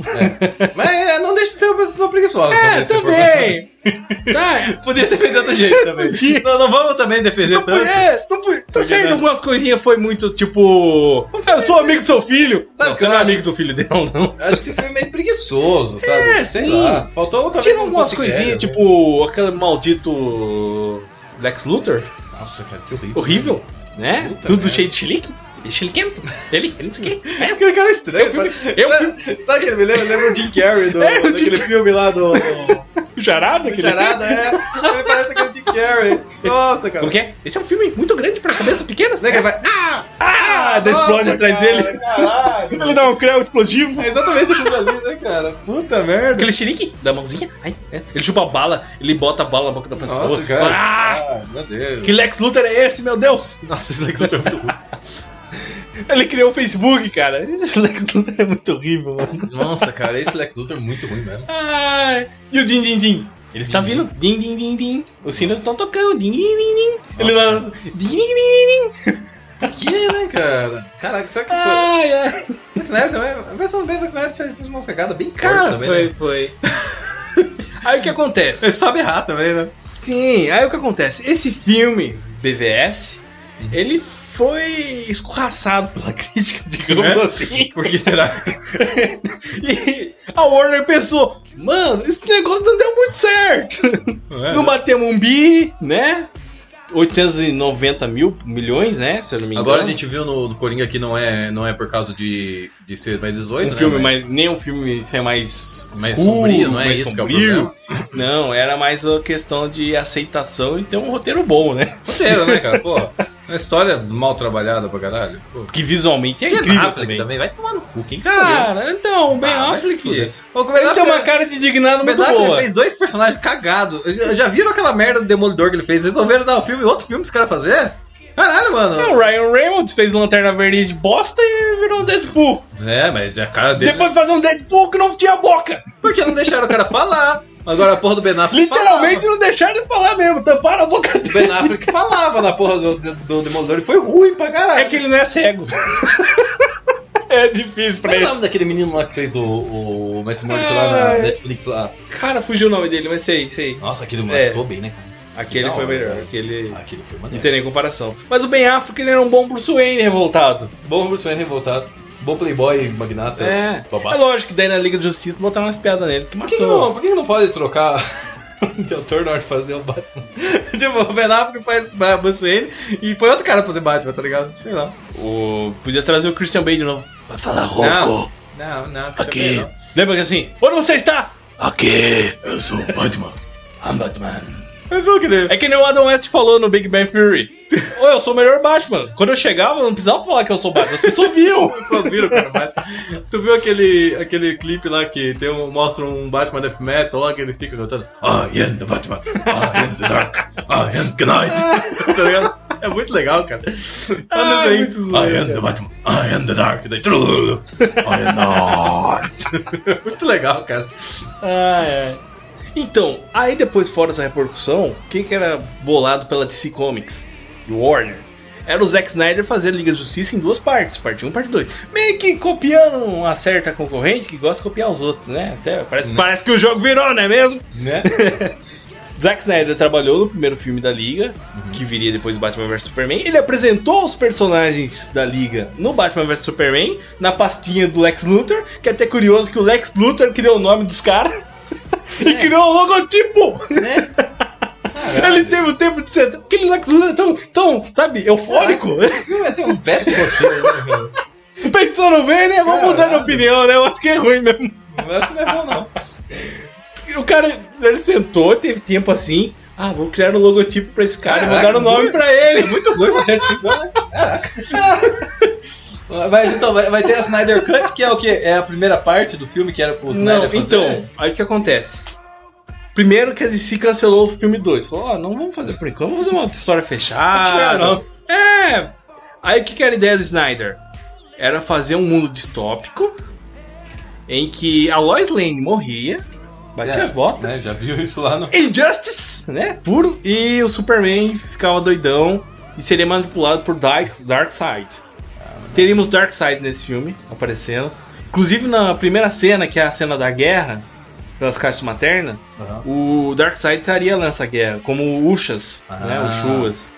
Mas é, não deixa de ser uma pessoa preguiçosa.
É,
se for
também! tá,
pensar. Podia defender de outro jeito também. não, não vamos também defender
não,
tanto.
é, não, pu- tá
Porque
certo,
não-
algumas coisinhas foi muito tipo. Eu sou amigo do seu filho.
é Sabe
não,
o que
você
eu
não é
acho?
amigo do filho dele, não.
Acho que esse filme é meio preguiçoso, sabe?
É,
Sei
sim.
lá. Faltou talvez
Tira
um
algumas
consigliere,
coisinhas,
né?
tipo aquele maldito Lex Luthor.
Nossa, cara, que horrível.
horrível, né?
Puta
Tudo
merda.
cheio de chilique. Chiliquento. Ele, ele não sei o quê. É,
Aquele cara é estranho, sabe?
eu-
sabe, sabe que me lembra? Lembra o Jim Carrey do,
É, o Jim
daquele filme lá do.
o Jarada?
do
aquele-
Charada, é. Ele parece aquele Jim Carrey. Nossa, cara.
Como que é? Esse é um filme muito grande pra cabeça pequena,
Né,
né?
que ele vai. Ah!
Ah, daí
nossa,
explode atrás
cara,
dele.
Caralho.
Ele dá um creu explosivo.
É exatamente aquilo ali, né, cara? Puta merda.
Aquele chilique da mãozinha. Ai, é. Ele chupa a bala, ele bota a bala na boca da pessoa.
Nossa, cara.
Ah!
Ah, meu Deus.
Que Lex Luthor é esse, meu Deus? Nossa, esse Lex Luthor é muito ruim. Ele criou o Facebook, cara. Esse Lex Luthor é muito horrível, mano.
Nossa, cara, esse Lex Luthor é muito ruim mesmo.
Ai, e o Din Din Din? Ele
Tá
está vindo. Din Din Din Din. Os sinos estão tocando. Din Din Din Din. Ele lá. Din Din Din Din.
Que, né, cara? Caraca, será que foi.
Ai, ai.
Zack Snyder também. Pensando bem, Zack Snyder fez fez umas cagadas bem
Cara,
caras também.
foi,
Né?
foi. Aí o que acontece?
Ele sabe errar também, né?
Sim, aí o que acontece? Esse filme, BVS, ele foi escorraçado pela crítica, digamos
Né?
assim.
Por que será?
E a Warner pensou: mano, esse negócio não deu muito certo.
é, né?
Não batemos um bi, né? 890 mil milhões, né? Se eu não me engano.
Agora a gente viu no, no Coringa que não é, não é por causa de, de ser mais 18,
Um
né?
filme
Mas-
mais. Nem um filme ser mais.
Mais
escuro,
sombrio, não é
mais
isso que é o
sombrio. Não, era mais uma questão de aceitação e ter um roteiro bom, né?
roteiro, né, cara? Pô, uma história mal trabalhada pra caralho. Pô.
Que visualmente é
Ben
incrível
Affleck
também.
também. vai tomar no cu, quem que escolheu?
Cara, então, o Ben
Ah, vai se
Affleck.
fuder.
Ele
Pô, o Ben
tem uma
Affleck- é-
cara de indignado
o
muito
Ben Affleck
boa.
fez dois personagens cagados. Já, já viram aquela merda do Demolidor que ele fez? Resolveram dar um filme, outro filme os caras fazer? Caralho, mano.
Não, o Ryan Reynolds fez uma Lanterna Verde de bosta e virou um Deadpool.
É, mas a cara dele.
Depois fazer um Deadpool que não tinha boca.
Porque não deixaram o cara falar. Agora a porra do Ben Affleck
Literalmente não deixaram ele falar mesmo, tamparam a boca
falava. O
dele.
Ben Affleck falava na porra do, do, do Demolidor e foi ruim pra caralho.
É que ele não é cego. é difícil pra
Qual é o
ele.
nome daquele menino lá que fez o, o
um
Matt Murdock lá na
Ai.
Netflix lá?
Cara, fugiu o nome dele, mas sei, sei.
É. Nossa, aquele
É.
moleque ficou bem, né, cara?
Aquele
Da
foi
hora,
melhor,
né?
aquele-
Aquele foi
Não
maneiro.
tem nem comparação. Mas o Ben Affleck ele era um bom Bruce Wayne revoltado.
Bom Bruce Wayne revoltado. Bom playboy, magnata.
É.
babaca.
É lógico que daí na Liga da Justiça botaram umas piadas nele que
Por que, que não,
matou.
por que que não pode trocar de autor na hora de fazer o Batman? tipo, o Ben Affleck faz Bruce Wayne e põe outro cara pra fazer Batman, tá ligado? Sei lá.
O... Podia trazer o Christian Bale de novo.
Vai falar
Não, não, não.
Aqui.
não.
Lembra que assim, onde você está?
Aqui, eu sou o Batman. I'm Batman.
Mas não, querido.
É que nem o Adam West falou no Big Bang Theory. Ô, eu sou o melhor Batman. Quando eu chegava, eu não precisava falar que eu sou Batman. As pessoas viam.
Eu só viro, cara, o Batman. Tu viu aquele, aquele clipe lá que tem um, mostra um Batman Death Metal lá que ele fica cantando I am the Batman, I am the Dark, I am the Knight. tá ligado? É muito legal, cara. Olha
Ah, é
aí.
muito zoeiro,
I am the Batman, I am the Dark. Daí, trululu, I am the Night. muito legal, cara.
Ah, é. Então, aí depois, fora essa repercussão, quem que era bolado pela DC Comics e Warner? Era o Zack Snyder fazer a Liga da Justiça em duas partes, parte 1 e parte 2. Meio que copiando uma certa concorrente que gosta de copiar os outros, né? Até parece, parece que o jogo virou, não é mesmo?
Né?
Zack Snyder trabalhou no primeiro filme da Liga, que viria depois do Batman vs Superman. Ele apresentou os personagens da Liga no Batman vs Superman, na pastinha do Lex Luthor, que é até curioso que o Lex Luthor criou o nome dos caras e criou o logotipo!
Né?
Ele teve o tempo de ser. Aquele Lex Luthor é tão, tão sabe, eufórico.
Esse filme vai ter um péssimo roteiro, né, velho?
Pensando bem, né? Vamos mudar de
Caralho.
opinião, né? Eu acho que é ruim mesmo.
Eu acho que não é bom, não.
O cara, ele sentou, teve tempo assim. Ah, vou criar um logotipo pra esse cara e
Caraca,
mandaram o nome
muito-
pra ele. Muito
Foi o roteiro desse filme, né? Caraca. Mas então, vai, vai ter a Snyder Cut, que é o quê? É a primeira parte do filme que era pro
Não,
Snyder fazer?
então, aí o que acontece? Primeiro que a DC cancelou o filme 2. Falou, ó, não vamos fazer por enquanto, vamos fazer uma história fechada.
Não
É! Aí o que, que era a ideia do Snyder? Era fazer um mundo distópico em que a Lois Lane morria, batia
É,
as botas,
né, já viu isso lá no...
Injustice, né? Puro. E o Superman ficava doidão e seria manipulado por Dark, Darkseid. Teríamos Darkseid nesse filme aparecendo. Inclusive na primeira cena, que é a cena da guerra, pelas caixas maternas,
Aham.
o Darkseid estaria nessa guerra, como o Ushas,
Ah.
né? O Chuas.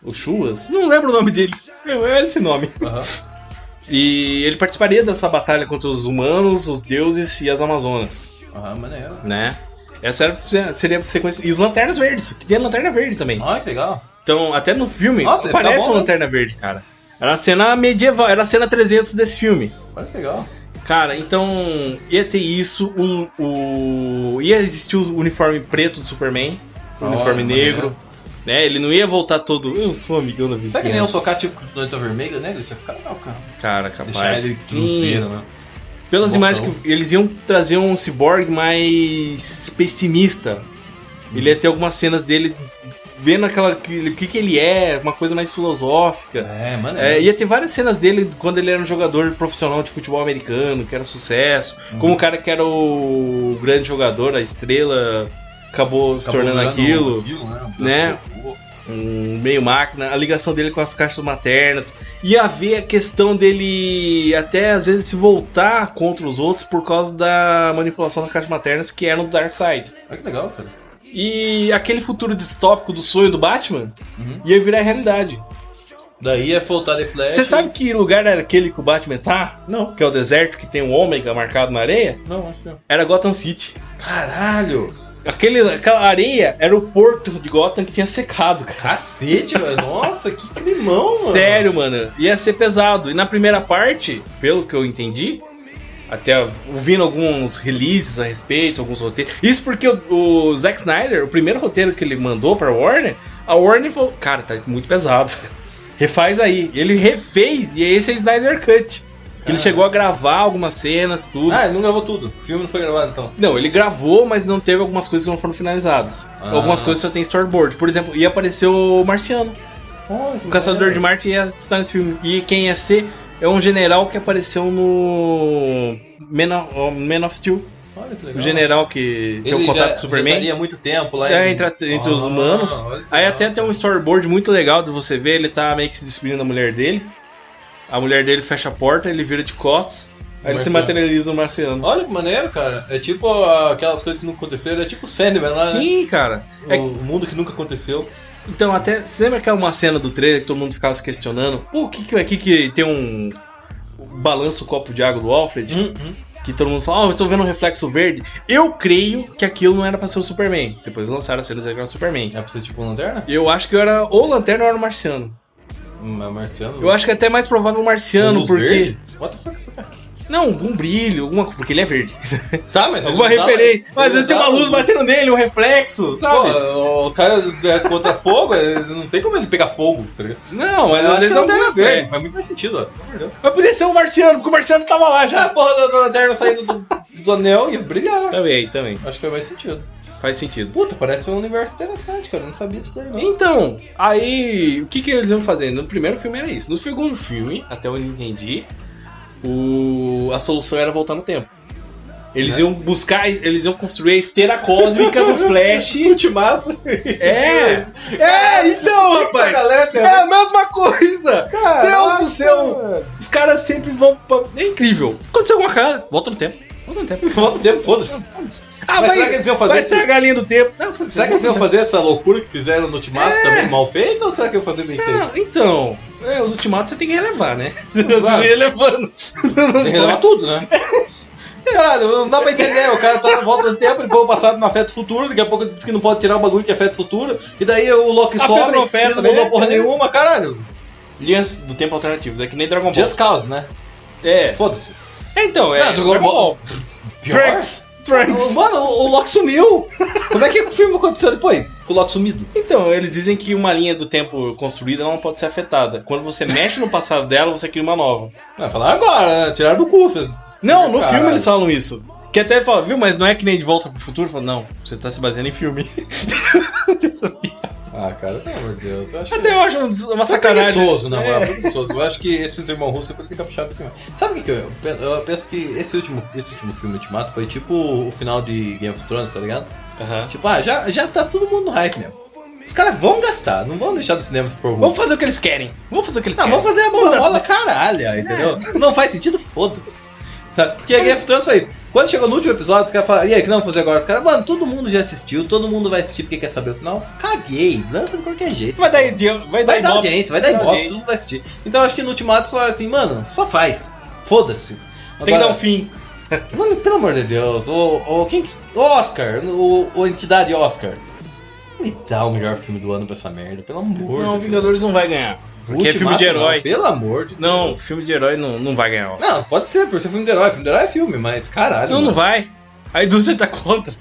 O Chuas? Não lembro o nome dele. Eu era esse nome.
Aham.
E ele participaria dessa batalha contra os humanos, os deuses e as amazonas
Aham, maneiro.
né? Essa era, seria a sequência. E os Lanternas Verdes, que tem a Lanterna Verde também.
Olha que legal.
Então, até no filme,
Nossa,
aparece
tá bom,
uma
né?
Lanterna Verde, cara. Era a cena medieval, era a cena 300 desse filme.
Olha que legal.
Cara, então ia ter isso, o, o- ia existir o uniforme preto do Superman, o
Da
uniforme
hora,
negro,
maneiro.
né? Ele não ia voltar todo, eu sou um amigão da vizinhança.
Será que nem eu socar tipo do Noita Vermelha nele? Isso ia ficar legal, cara.
Cara, capaz.
Deixar ele
Sim.
cruzeiro, né?
Pelas
Botão.
imagens que eles iam trazer um cyborg mais pessimista. Ele ia ter algumas cenas dele vendo aquela que- o que, que ele é, uma coisa mais filosófica.
É, maneiro.
É, ia ter várias cenas dele quando ele era um jogador profissional de futebol americano, que era um sucesso.
Uhum.
Como o cara que era o grande jogador, a estrela, acabou se
Acabou
tornando
virando
aquilo
aquilo,
né? um meio máquina, a ligação dele com as caixas maternas, ia haver a questão dele até às vezes se voltar contra os outros por causa da manipulação das caixas maternas que eram do Darkseid.
Olha que legal, cara.
E aquele futuro distópico do sonho do Batman
Uhum.
ia virar realidade.
Daí é voltar de flash.
Você sabe que lugar era aquele que o Batman tá? Não. Que é o deserto que tem um ômega marcado na areia?
Não, acho que não.
Era Gotham City.
Caralho!
Aquele, aquela areia era o porto de Gotham que tinha secado, cara.
Ah, Cacete, mano. Nossa, que climão, mano.
Sério, mano. Ia ser pesado. E na primeira parte, pelo que eu entendi, até ouvindo alguns releases a respeito, alguns roteiros. Isso porque o, o Zack Snyder, o primeiro roteiro que ele mandou pra Warner, a Warner falou: Cara, tá muito pesado. Refaz aí. E Ele refez, e esse é Snyder Cut. Que ele
Ah.
chegou a gravar algumas cenas, tudo.
Ah, ele não gravou tudo. O filme não foi gravado, então.
Não, ele gravou, mas não teve algumas coisas que não foram finalizadas.
Ah.
Algumas coisas só tem storyboard. Por exemplo, ia aparecer o Marciano. O Caçador de Marte ia estar nesse filme. E quem ia ser é um general que apareceu no Man of, oh, Man of Steel.
Olha que legal.
O general um que tem um contato com o Superman.
Ele há muito tempo lá.
É,
em-
entre, entre
Ah,
os humanos.
olha que
Aí
legal.
até tem um storyboard muito legal de você ver. Ele tá meio que se despedindo da mulher dele. A mulher dele fecha a porta, ele vira de costas. Aí ele se
Marciano.
materializa o marciano.
Olha que maneiro, cara. É tipo ah, aquelas coisas que nunca aconteceram. É tipo o Sandman lá, né?
Sim, cara.
O
É que-
mundo que nunca aconteceu.
Então, até. Você lembra aquela uma cena do trailer que todo mundo ficava se questionando? Pô, o que, que é aqui que tem um. Balança o copo de água do Alfred? Que todo mundo fala, ó, eu estou vendo um reflexo verde. Eu creio que aquilo não era pra ser o Superman. Depois lançaram a cena que era o Superman.
É pra ser tipo uma lanterna?
Eu acho que eu era ou o Lanterna ou era o Marciano.
Hum, é marciano.
Eu acho que é até mais provável o Marciano,
Luz
porque.
verde? What the fuck?
Não, algum brilho, alguma porque ele é verde.
Tá, mas. ele
alguma
usava-
referência. Mas às
ele
vezes tem uma
usava
luz batendo nele, um reflexo, sabe?
Pô, o cara é contra fogo, é, não tem como ele pegar fogo, tá ligado?
não, mas às
Eu acho que
vezes
é
não
lanterna
tem.
verde. Faz muito mais sentido, ó. Pelo amor de Deus.
Mas podia ser o Marciano, porque o Marciano tava lá
Já a
já.
porra da, da lanterna saindo do, do anel ia brilhar.
Também, também.
Acho que faz mais sentido.
Faz sentido.
Puta, parece um universo interessante, cara. Eu não sabia disso daí, não.
Então, aí, o que, que eles iam fazer? No primeiro filme era isso. No segundo filme, até onde eu entendi, o... a solução era voltar no tempo. Eles iam buscar, eles iam construir a esteira cósmica do Flash.
Ultimato.
É! É, então, rapaz!
galera tem-
É a mesma coisa! Deus
Caraca,
do céu!
mano.
Os caras sempre vão. pra- É incrível! Aconteceu alguma coisa, volta no tempo. Volta no tempo.
Volta o tempo, foda-se.
Ah,
Mas
vai,
será que eles iam fazer
vai
isso?
ser a galinha do tempo. Não,
Será que eles iam fazer essa loucura que fizeram no Ultimato
É.
também mal feito ou será que iam fazer bem feito?
Não, então. É, os ultimatos você tem que relevar, né? Você
Claro.
vai relevando.
Tem que relevar tudo, né? Caralho, não dá pra entender. O cara tá na volta do tempo, ele põe o passado no afeto futuro, daqui a pouco diz que não pode tirar o bagulho que é afeto futuro, e daí o Loki
Afeta
sobe,
não afeta,
ele não mudou
né?
porra nenhuma, caralho.
Linhas do tempo alternativos, é que nem Dragon Ball.
Just cause, né?
É.
Foda-se.
É, então, é.
Não, Dragon Ball.
Trunks!
Ô,
Trunks!
Mano, o o Loki sumiu! Como é que o filme aconteceu depois? Com o Loki sumido?
Então, eles dizem que uma linha do tempo construída não pode ser afetada. Quando você mexe no passado dela, você cria uma nova.
Não, falar agora, né? tiraram do cu, vocês.
Não, no
Caralho.
filme eles falam isso. Que até fala, viu, mas não é que nem de volta pro futuro? Fala, não, você tá se baseando em filme.
Ah, cara, pelo amor de Deus. Eu acho
Até eu acho um- uma sacanagem.
Sacanagem. Preguiçoso, na moral,
É.
preguiçoso. Eu acho que esses irmãos russos podem ficar puxado filme. Sabe o que, que eu, penso? eu penso? que esse último, esse último filme Ultimato foi tipo o final de Game of Thrones, tá ligado?
Aham.
Tipo, ah, já, já tá todo mundo no hype mesmo. Os caras vão gastar, não vão deixar do cinema se por
Vamos fazer o que eles querem. Vamos fazer o que eles
Não,
querem.
vamos fazer a bola,
Foda-se.
bola
É.
caralho, entendeu? Não faz sentido, foda-se. Sabe? Porque a Game of Thrones foi isso. Quando chegou no último episódio, os caras falaram, e aí, o que nós vamos fazer agora? Os caras, mano, todo mundo já assistiu, todo mundo vai assistir porque quer saber o final. Caguei, lança de qualquer jeito.
Vai dar, ide- vai dar
Vai dar
ibope.
audiência, vai dar ibope, todo
audiência.
mundo vai assistir. Então eu acho que no Ultimato eles falaram assim, mano, só faz. Foda-se.
Tem que dar um
Agora-
fim.
Mano, pelo amor de Deus, o, o quem. O Oscar, o, o entidade Oscar. Me dá o melhor filme do ano pra essa merda, pelo amor
Não,
de
Vingadores não vai ganhar.
Deus.
Porque é filme
Ultimato,
de herói.
Não, pelo amor de
Não,
Deus.
filme de herói não, não vai ganhar. Oscar.
Não, pode ser, por ser filme de herói. Filme de herói é filme, mas caralho.
Não, não
mano.
vai. A indústria tá contra.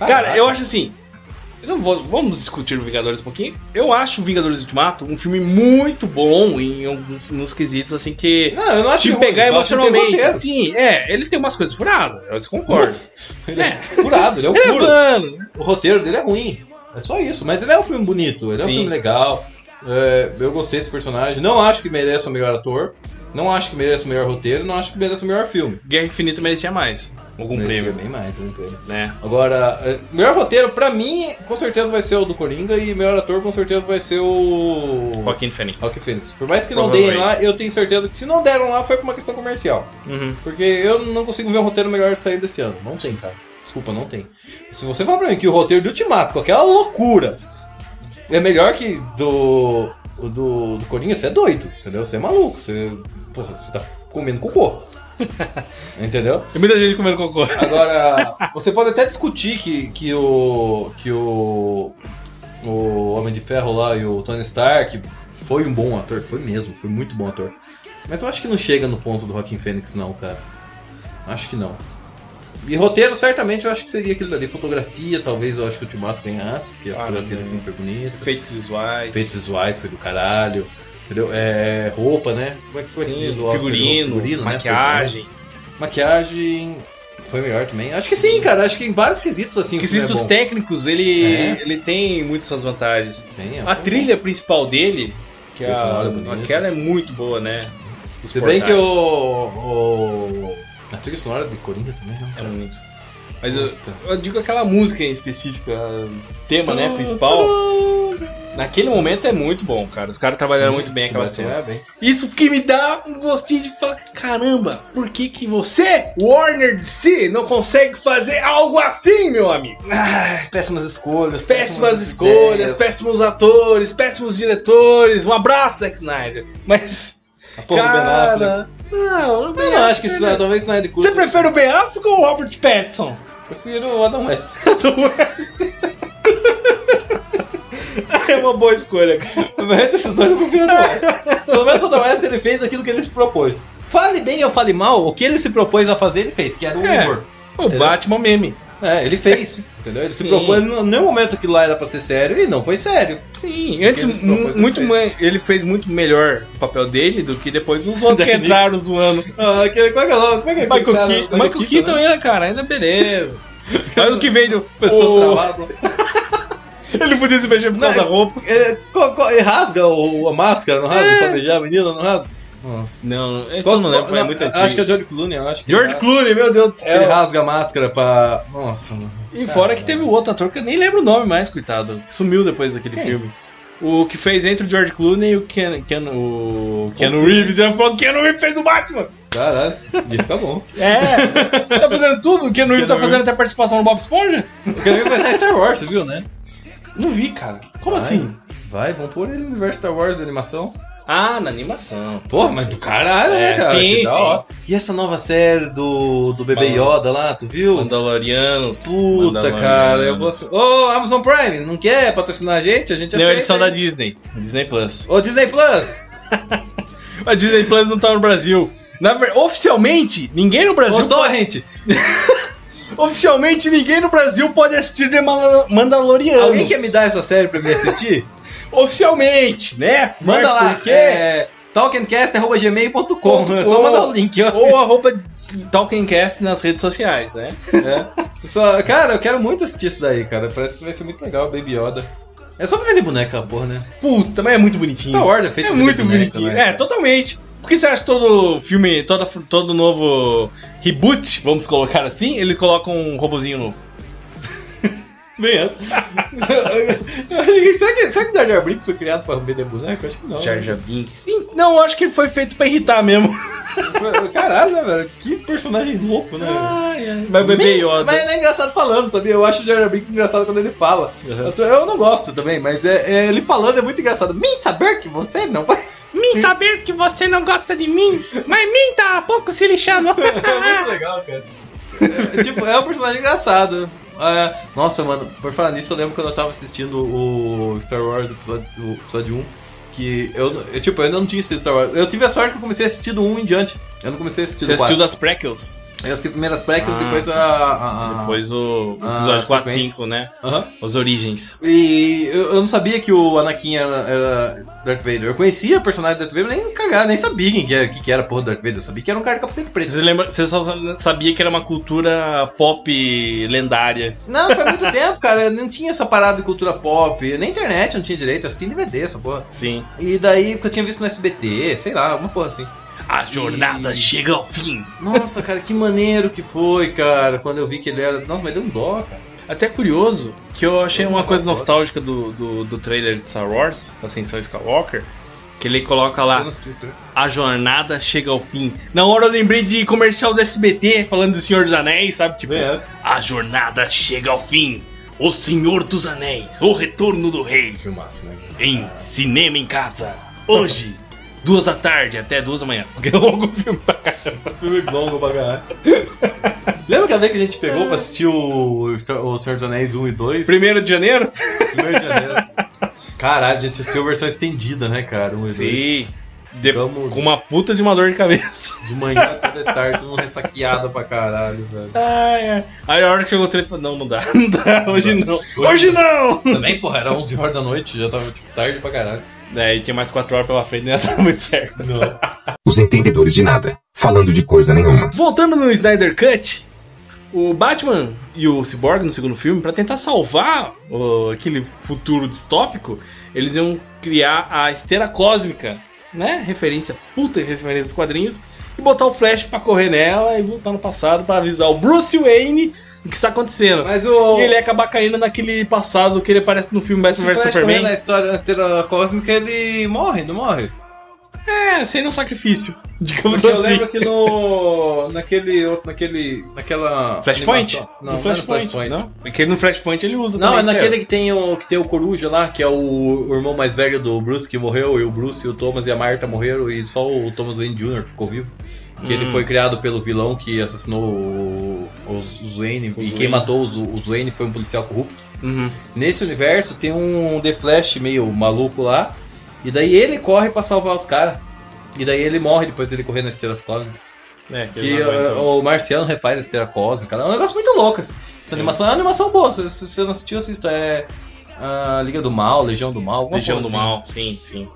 Caralho.
Cara, eu acho assim. eu não vou- vamos discutir o Vingadores um pouquinho. Eu acho o Vingadores Ultimato um filme muito bom em alguns nos quesitos, assim, que
Não, eu não acho
te
ruim,
pegar
eu acho que tem um
emocionalmente.
roteiro.
Sim, é, ele tem umas coisas furadas, eu concordo.
Ele é
É.
furado, ele é um
É,
furo.
mano.
O roteiro dele é ruim. É só isso. Mas ele é um filme bonito, ele é um
Sim.
filme legal. É, eu gostei desse personagem. Não acho que mereça o melhor ator. Não acho que mereça o melhor roteiro. Não acho que mereça o melhor filme.
Guerra Infinita merecia mais. Algum
Merecia
prêmio,
Bem mais, um prêmio.
né?
Agora, é, melhor roteiro, pra mim, com certeza vai ser o do Coringa. E melhor ator, com certeza, vai ser o.
Joaquim Fênix.
Rock Phoenix. Por mais que não deem lá, eu tenho certeza que se não deram lá foi por uma questão comercial.
Uhum.
Porque eu não consigo ver um roteiro melhor sair desse ano. Não tem, cara. Desculpa, não tem. Se você falar pra mim que o roteiro do Ultimato, com aquela loucura, é melhor que do. o do, do Coringa, você é doido, entendeu? Você é maluco, você. Porra, você tá comendo cocô. entendeu?
Tem muita gente comendo cocô.
Ah, Agora, você pode até discutir que, que o. que o. o Homem de Ferro lá e o Tony Stark foi um bom ator, foi mesmo, foi muito bom ator. Mas eu acho que não chega no ponto do Rockin' Fênix, não, cara. Acho que não. E roteiro, certamente, eu acho que seria aquilo ali. Fotografia, talvez eu acho que o Ultimato ganhasse, porque a
Ah,
fotografia do
não.
filme foi bonita.
Efeitos visuais.
Efeitos visuais foi do caralho. Entendeu? É, roupa, né? Como é que foi?
Sim,
Diz o Oscar,
figurino,
né?
maquiagem.
Maquiagem foi melhor também. Acho que sim,
Uhum.
cara. Acho que em vários quesitos assim. o
Que
filme
esses dos
é bom.
técnicos, ele,
É.
ele tem muitas suas vantagens.
Tem, é
A
bom.
trilha principal dele, que é
Trilha
a,
sonora bonita.
aquela é muito boa, né?
Se bem
Portais.
que o, o. A trilha sonora de Coringa também, né?
É
cara?
muito. Mas eu,
Puta.
eu digo aquela música em específico, a tema, né, principal. Naquele momento é muito bom, cara. Os caras trabalharam muito bem aquela
Trabalharam
cena.
É, bem.
Isso que me dá um gostinho de falar, caramba, por que que você, Warner DC, não consegue fazer algo assim, meu amigo?
Ai, É, péssimas escolhas.
Péssimas escolhas,
ideias.
péssimos atores, péssimos diretores. Um abraço, Zack Snyder. Mas.
A porra do Ben Affleck.
Não, não,
Eu não acho que isso,
é.
talvez não é de culto.
Você prefere o Ben Affleck ou o Robert Pattinson?
Prefiro o Adam West.
é uma boa escolha, cara.
Mas desses dois eu prefiro o Adam West. Pelo menos o Adam West ele fez aquilo que ele se propôs. Fale bem ou fale mal, o que ele se propôs a fazer, ele fez, que era um
É.
humor.
O Batman meme.
É, ele fez. Entendeu? Ele se
Sim.
propôs no nenhum momento que lá era pra ser sério e não foi sério.
Sim, antes
ele se
mu-
propôs, ele
muito
fez.
mais- ele fez muito melhor o papel dele do que depois os outros que
Daquele
entraram zoando.
Ah, aquele, como é que é o- como é que é aquele
Michael,
cara?
Ke Michael Keaton
né?
ainda, cara, ainda beleza. Mas o que veio do.
Pessoas
o-
travadas.
Ele não podia se mexer por causa
Não,
da roupa. É.
É, co- co- e rasga o, a máscara, é não rasga? Pra beijar a menina, não rasga? Nossa.
Não, é,
Qual-
não lembro,
qual-
é
não,
muito
eu
antigo.
Acho que é o George Clooney, eu acho que
George
é.
Clooney, meu Deus do
Ele
céu.
rasga a máscara pra. Nossa, mano.
E fora que teve o outro ator que eu nem lembro o nome mais, coitado. que Sumiu depois daquele
Quem?
filme. O que fez entre o George Clooney e o Ken, Ken, o Keanu Reeves. Ele falou que o Keanu Reeves fez o Batman.
Caralho, ia ficar bom.
É, tá fazendo tudo. O Keanu Reeves tá
Keanu
fazendo até participação no Bob Esponja.
Eu quero ver vai dar Star Wars, você viu, né?
Não vi, cara. Como
Vai.
assim?
Vai, vamos pôr ele no universo Star Wars da animação.
Ah, na animação.
Porra, mas do caralho,
É,
né, cara?
sim,
que da
sim.
hora. E essa nova série do, do Bebê
Mandal-
Yoda lá, tu viu?
Mandalorianos.
Puta,
Mandalorianos.
cara, eu vou. Ô, Amazon Prime, não quer patrocinar a gente? A gente
Não,
aceita.
eles são da
hein?
Disney. Disney Plus.
Ô, Disney Plus!
A Disney Plus não tá no Brasil. Na ver- Oficialmente, ninguém no Brasil.
Ô, Torrent!
Oficialmente, ninguém no Brasil pode assistir The Mandal- Mandalorianos.
Alguém quer me dar essa série pra me assistir?
Oficialmente, né?
Manda
Mas
lá,
por quê?
é, talkencast.gmail.com. É
Ou-
só mandar o link, ó.
Ou arroba Talkingcast nas redes sociais, né?
É. Só- cara, eu quero muito assistir isso daí, cara. Parece que vai ser muito legal, Baby Yoda. É só pra vender boneca, aquela porra, né?
Puta, mas é muito bonitinho.
Star Wars é feito
É
pra vender
muito
boneca,
bonitinho.
né?
É, totalmente. Por que você acha que todo filme, todo, todo novo reboot, vamos colocar assim, eles colocam um robozinho novo?
Bem antes. será, que, será que o Jar Jar Binks foi criado pra vender boneco? Acho que não. né?
Jar Jar Binks. Sim, Não, eu acho que ele foi feito pra irritar mesmo.
Caralho, né, velho? Que personagem louco, né?
Ai, ai. Ah, Mas o bebê Yoda.
Mas ele é engraçado falando, sabia? Eu acho o Jar Jar Binks engraçado quando ele fala.
Uhum.
Eu, tô- eu não gosto também, mas é, é ele falando é muito engraçado. Me saber que você não vai...
Mim saber que você não gosta de mim, mas mim tá pouco se lixando.
É muito legal, cara. É, tipo, é um personagem engraçado. É, nossa, mano, por falar nisso, eu lembro quando eu tava assistindo o Star Wars episódio, o episódio 1, que eu, eu, tipo, eu ainda não tinha assistido Star Wars. Eu tive a sorte que eu comecei a assistir do 1 em diante. Eu não comecei a assistir
Você
do 4.
assistiu das prequels?
Eu assisti primeiro as prequels,
Ah,
depois a... a- a-
Depois o
Ah,
episódio 4
sequência.
5, né?
Aham.
As origens.
E eu, eu não sabia que o Anakin era, era Darth Vader. Eu conhecia o personagem do Darth Vader, mas nem cagava, nem sabia quem que era, que que era a porra do Darth Vader. Eu sabia que era um cara de capacete preto.
Você, lembra, você só sabia que era uma cultura pop lendária.
Não, faz muito tempo, cara. Não tinha essa parada de cultura pop. Nem internet não tinha direito. Eu assisti em DVD, essa porra.
Sim.
E daí, porque eu tinha visto no SBT, sei lá, alguma porra assim.
A jornada
E-
chega ao fim.
Nossa, cara, que maneiro que foi, cara. Quando eu vi que ele era... Nossa, mas deu um dó, cara.
Até curioso que eu achei uma
nunca
coisa
vi.
nostálgica do, do, do trailer de Star Wars, Ascensão Skywalker, que ele coloca
Eu
lá,
não assisti o trailer.
a jornada chega ao fim. Na hora eu lembrei de comercial do SBT falando do Senhor dos Anéis, sabe? Tipo,
Bem essa.
a jornada chega ao fim. O Senhor dos Anéis, o retorno do rei,
Filmaço, né?
em cinema em casa, hoje. Duas da tarde até duas da manhã. Porque é longo o filme pra caramba.
Filme longo pra caralho. Lembra aquela vez que a gente pegou pra assistir o, Star- o Senhor dos Anéis 1 e 2?
Primeiro de janeiro?
Primeiro de janeiro. Caralho, a gente assistiu a versão estendida, né, cara? 1 e 2.
Sim. De-
Vamos-
com uma puta de uma dor de cabeça.
De manhã até de tarde, todo mundo ressaqueado pra caralho, velho.
Ai, ai. Aí a hora que chegou o trem, falei, não, não dá, não dá, Ah, hoje não, hoje
Hoje
não!
Também, porra, era 11 horas da noite, já tava tipo, tarde pra caralho.
É, e tinha mais quatro horas pela frente, né? não ia dar muito certo.
Os entendedores de nada, falando de coisa nenhuma.
Voltando no Snyder Cut, o Batman e o Cyborg no segundo filme, pra tentar salvar ó, aquele futuro distópico, eles iam criar a esteira cósmica, né? Referência puta referência dos quadrinhos, e botar o Flash pra correr nela e voltar no passado pra avisar o Bruce Wayne do que está acontecendo.
Mas o.
E ele é ia acabar caindo naquele passado que ele aparece no filme
o
Batman vs
Flash correndo
Superman.
na história da Estrela Cósmica, ele morre, não morre?
É, sem um sacrifício. Digamos
né? Porque eu
assim.
lembro que no. naquele. outro- naquele naquela.
Flashpoint?
animação-
no
Não, não é no
Flashpoint,
Flashpoint.
não. Porque no Flashpoint ele usa
Não,
também,
é
certo?
naquele que tem, o, que tem o Coruja lá, que é o, o irmão mais velho do Bruce que morreu, e o Bruce, e o Thomas e a Marta morreram, e só o Thomas Wayne Jr. ficou vivo. Que ele foi criado pelo vilão que assassinou o- os, os Wayne, e
Wayne.
quem matou os, os Wayne foi um policial corrupto.
Uhum.
Nesse universo tem um The Flash meio maluco lá, e daí ele corre pra salvar os caras. E daí ele morre depois dele correr na Estrela Cósmica.
É, que
Que
ele não aguenta.
uh, o Marciano refaz a Estrela Cósmica. É um negócio muito louco. Essa essa animação é uma animação boa. Se se você não assistiu, assista. É ah, Liga do Mal, Legião do Mal. alguma
Legião do
coisa assim.
Mal, sim, sim.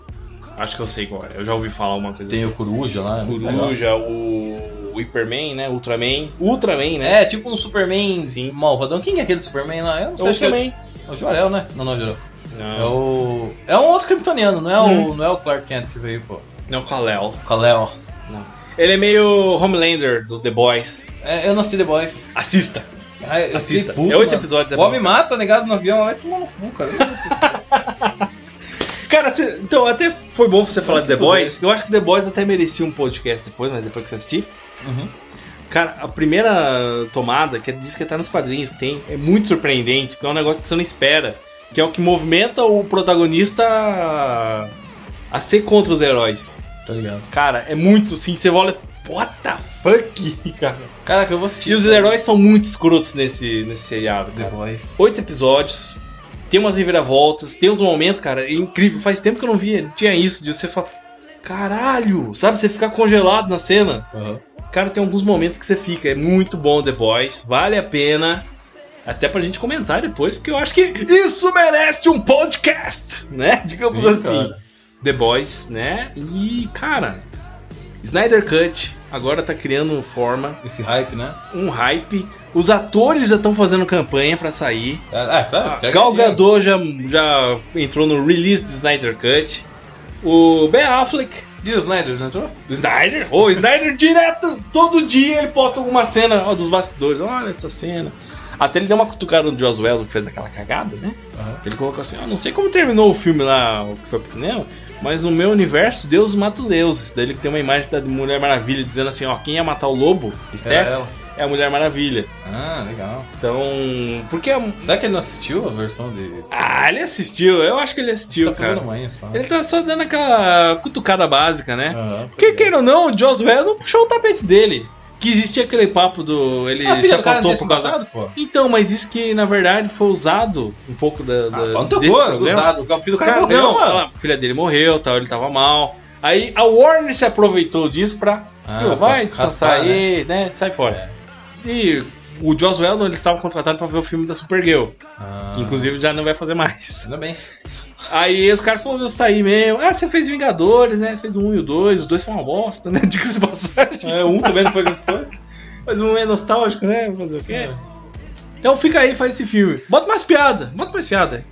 Acho que eu sei qual é. Eu já ouvi falar uma coisa
Tem
assim.
o Coruja lá. é muito legal.
Coruja, o... o Hyperman, né? Ultraman. Ultraman, né?
É, tipo um Superman Sim. malvadão. Quem é aquele Superman lá? Eu não sei. acho que
Ultraman.
É o Jorel, né? Não, não é o Jorel. É
Não.
o... É um outro kryptoniano, não é, o... não é o Clark Kent que veio, pô.
Não, Kalel.
Kalel. Não.
Ele é meio Homelander do The Boys.
É, eu não assisti The Boys.
Assista.
Ah, eu fiquei
Assista. É oito
mano.
episódios, é
O homem
bom,
mata, negado no avião, vai tomar no cu, cara.
Cara, cê- então até foi bom você falar de The Boys. Eu acho que The Boys até merecia um podcast depois, mas depois que você assistir. Uhum. Cara, a primeira tomada, que diz que tá nos quadrinhos, tem, é muito surpreendente, porque é um negócio que você não espera. Que é o que movimenta o protagonista a, a ser contra os heróis.
Tá ligado.
Cara, é muito assim, você olha. What the fuck, cara?
Caraca, eu vou assistir.
E os
isso.
heróis são muito escrotos nesse, nesse seriado,
The
cara
Boys.
oito episódios. Tem umas reviravoltas, tem uns momentos, cara, é incrível. Faz tempo que eu não via, não tinha isso, de você falar, caralho, sabe? Você ficar congelado na cena.
Aham.
Cara, tem alguns momentos que você fica, é muito bom The Boys, vale a pena. Até pra gente comentar depois, porque eu acho que isso merece um podcast, né? Digamos
Sim,
assim.
cara.
The Boys, né? E, cara, Snyder Cut agora tá criando forma,
Esse hype, né?
um hype. Os atores já estão fazendo campanha pra sair.
Ah, tá.
Ah, Gal Gadot já, já entrou no release do Snyder Cut. O Ben Affleck,
E o Snyder, não entrou?
o Snyder, o Snyder direto, todo dia ele posta alguma cena ó, dos bastidores. Olha essa cena. Até ele deu uma cutucada no Joss Whedon que fez aquela cagada, né?
Aham.
Ele colocou assim: "Ah, não sei como terminou o filme lá, o que foi pro cinema, mas no meu universo, Deus mata os deuses. Daí ele tem uma imagem da Mulher Maravilha dizendo assim: ó, quem ia matar o lobo,
Era
Esther,
ela.
é a Mulher Maravilha.
Ah, legal.
Então, porque a.
Será que ele não assistiu a versão de.
Ah, ele assistiu, eu acho que ele assistiu,
tá
cara.
fazendo manhã só.
Ele tá só dando aquela cutucada básica, né?
Aham, tá
Porque,
ligado.
queira ou não, o Joss Whedon puxou o tapete dele. Que existia aquele papo do. Ele
Ah,
se
filha do cara não
afastou
tinha se
por causa.
matado, pô.
Então, mas isso que na verdade foi usado um pouco da. da
Ah, fala no teu
desse
gosto,
problema.
usado. O filho do cara
Cara, é
morreu,
não,
mano.
ela- a filha dele morreu, tal, ele tava mal. Aí a Warner se aproveitou disso pra.
Ah,
"Meu,
pra
vai descansar
raspar,
aí, né? Sai fora. E o Joss Whedon, ele estava contratado pra ver o filme da Supergirl,
Ah,
que inclusive já não vai fazer mais.
Ainda bem.
Aí os caras falaram, você tá aí mesmo. Ah, você fez Vingadores, né? Você fez o 1 e o 2. O 2 foi uma bosta, né? Diga-se de passagem.
É, um também não foi grandes coisas.
Mas um é nostálgico, né? Fazer o quê?
É.
Então fica aí, faz esse filme. Bota mais piada, bota mais piada.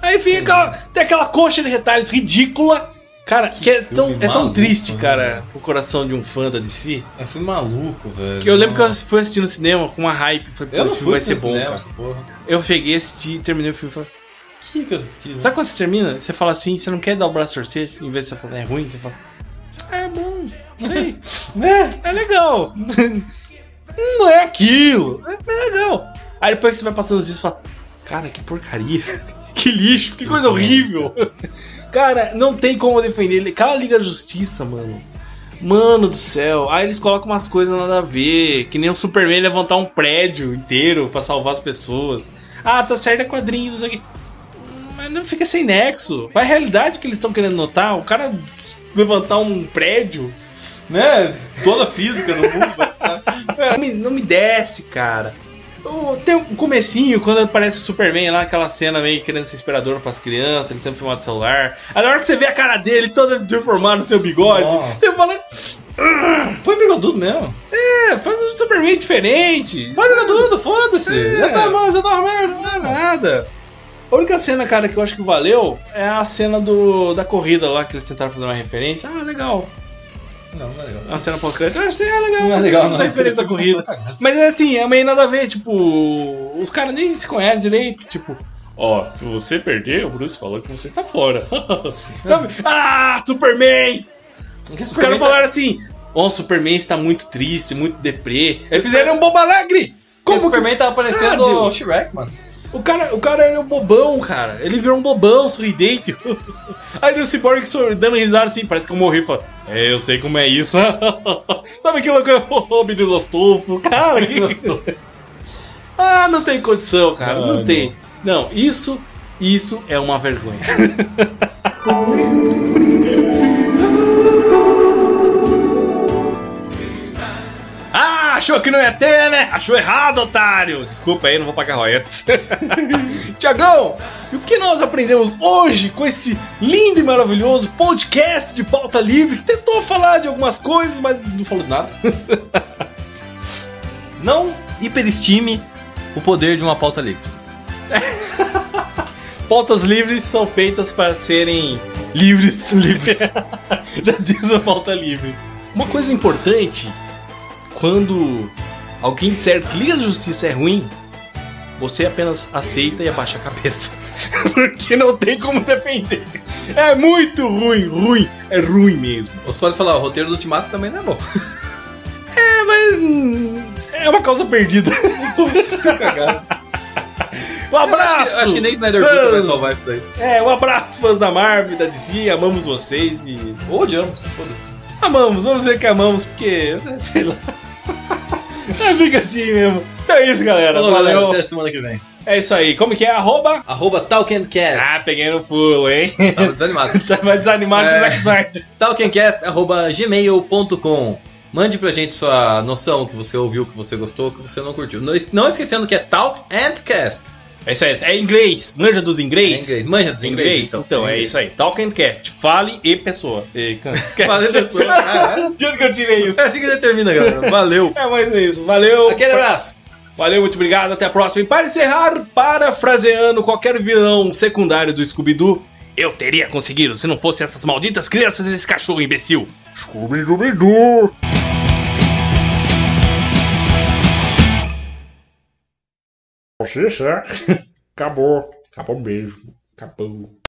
Aí
Hum.
fica aquela, tem aquela coxa de retalhos ridícula. Cara, que, é, tão,
filme
é tão
maluco,
triste,
né?
cara, o coração de um fã da DC.
É filme maluco, velho.
Que eu lembro que eu
Nossa.
fui assistir no cinema com uma hype. Falei, pô,
Eu não
esse filme vai
fui
ser bom, cara.
Porra.
Eu cheguei, assisti, terminei o filme e falei,
O que que eu assisti? né?
Sabe quando você termina? Você fala assim, você não quer dar o braço a torcer, em vez de você falar é ruim, você fala. "Ah, É bom, sei. é, é legal. não é aquilo, mas é legal. Aí depois que você vai passando os dias, você fala, cara, que porcaria. Que lixo, que coisa horrível. Cara, não tem como defender ele. Aquela Liga da Justiça, mano. Mano do céu. Aí eles colocam umas coisas nada a ver. Que nem o Superman levantar um prédio inteiro pra salvar as pessoas. Ah, tá certo, é quadrinhos, isso aqui. Mas não fica sem nexo. Qual é a realidade que eles estão querendo notar? O cara levantar um prédio, né? Toda a física do mundo, sabe? É, Não me, não me desce, cara. O- Tem um comecinho, quando aparece o Superman lá, aquela cena meio querendo ser inspirador pras crianças, ele sempre filmado de celular. Aí na hora que você vê a cara dele toda deformada, seu bigode,
Nossa.
você fala, "Ah!"
Põe bigodudo mesmo.
é, faz um Superman diferente.
Põe bigodudo, foda-se.
É.
Já tá mal, já tá uma merda.
Não é nada. A única cena, cara, que eu acho que valeu é a cena do, da corrida lá, que eles tentaram fazer uma referência. Ah, legal.
Não, não é legal.
A cena pós-crédito. Ah, isso é legal.
Não é legal,
Essa
não.
referência da corrida. Mas é assim, é meio nada a ver. Tipo, os caras nem se conhecem direito. Tipo, ó, se você perder, o Bruce falou que você está fora. Sabe? ah, Superman! Os caras falaram assim: Ó, o Superman está muito triste, muito deprê. Aí fizeram um bobo alegre!
Como o
Como que
Superman tá aparecendo
Ah, Deus.
Shrek, mano.
O cara, o cara era um bobão, cara. Ele virou um bobão, sorridente. Aí o Cyborg sor- dando risada assim, parece que eu morri. Fala, é, eu sei como é isso. Sabe aquilo que o menino Astolfo? Cara, que gostoso. Ah, não tem condição, cara. Não,
Ah,
tem. Não, isso, isso é uma vergonha. Ah, achou que não ia ter, né? Achou errado, otário! Desculpa aí, não vou pagar royalties. Tiagão, e o que nós aprendemos hoje com esse lindo e maravilhoso podcast de pauta livre que tentou falar de algumas coisas, mas não falou nada?
Não hiperestime o poder de uma pauta livre.
Pautas livres são feitas para serem Livres, livres. Já diz a pauta livre. Uma coisa importante, quando alguém disser que Liga da Justiça é ruim, você apenas aceita e abaixa a cabeça. Porque não tem como defender. É muito ruim, ruim. É ruim mesmo.
Você pode falar, o roteiro do Ultimato também não é bom.
É, mas. hum, É uma causa perdida. um abraço!
Acho que, acho que nem Snyder Cut vai
Fãs.
salvar isso daí.
É, um abraço, fãs da Marvel e da DC. Amamos vocês e.
Ou odiamos, foda-se.
Amamos, vamos dizer que amamos, porque. né, Sei lá. É, fica assim mesmo. Então é isso, galera.
Falou,
Valeu.
galera, até semana que vem.
É isso aí. Como que é? Arroba?
Arroba
Ah,
TalkandCast.
peguei no pulo, hein?
Tava desanimado.
Tava desanimado
É.
do Zack Snyder.
talkencast.gmail.com Mande pra gente sua noção, o que você ouviu, o que você gostou, o que você não curtiu. Não, es- não esquecendo que é Talk and Cast.
É isso aí. É inglês. Manja dos
É
inglês?
em inglês. Manja dos
Em
inglês,
inglês? Então, é isso aí. Talk and cast. Fale e pessoa. E can-
Valeu, pessoal. Ah,
De onde que eu tirei isso?
É É assim que determina, galera. Valeu.
É, mas é isso. Valeu.
Aquele abraço.
Valeu, muito obrigado, até a próxima. E para encerrar, parafraseando qualquer vilão secundário do Scooby-Doo, eu teria conseguido se não fossem essas malditas crianças e esse cachorro imbecil. Scooby-Dooby-Doo!
Você sabe. Acabou. Acabou mesmo. Acabou.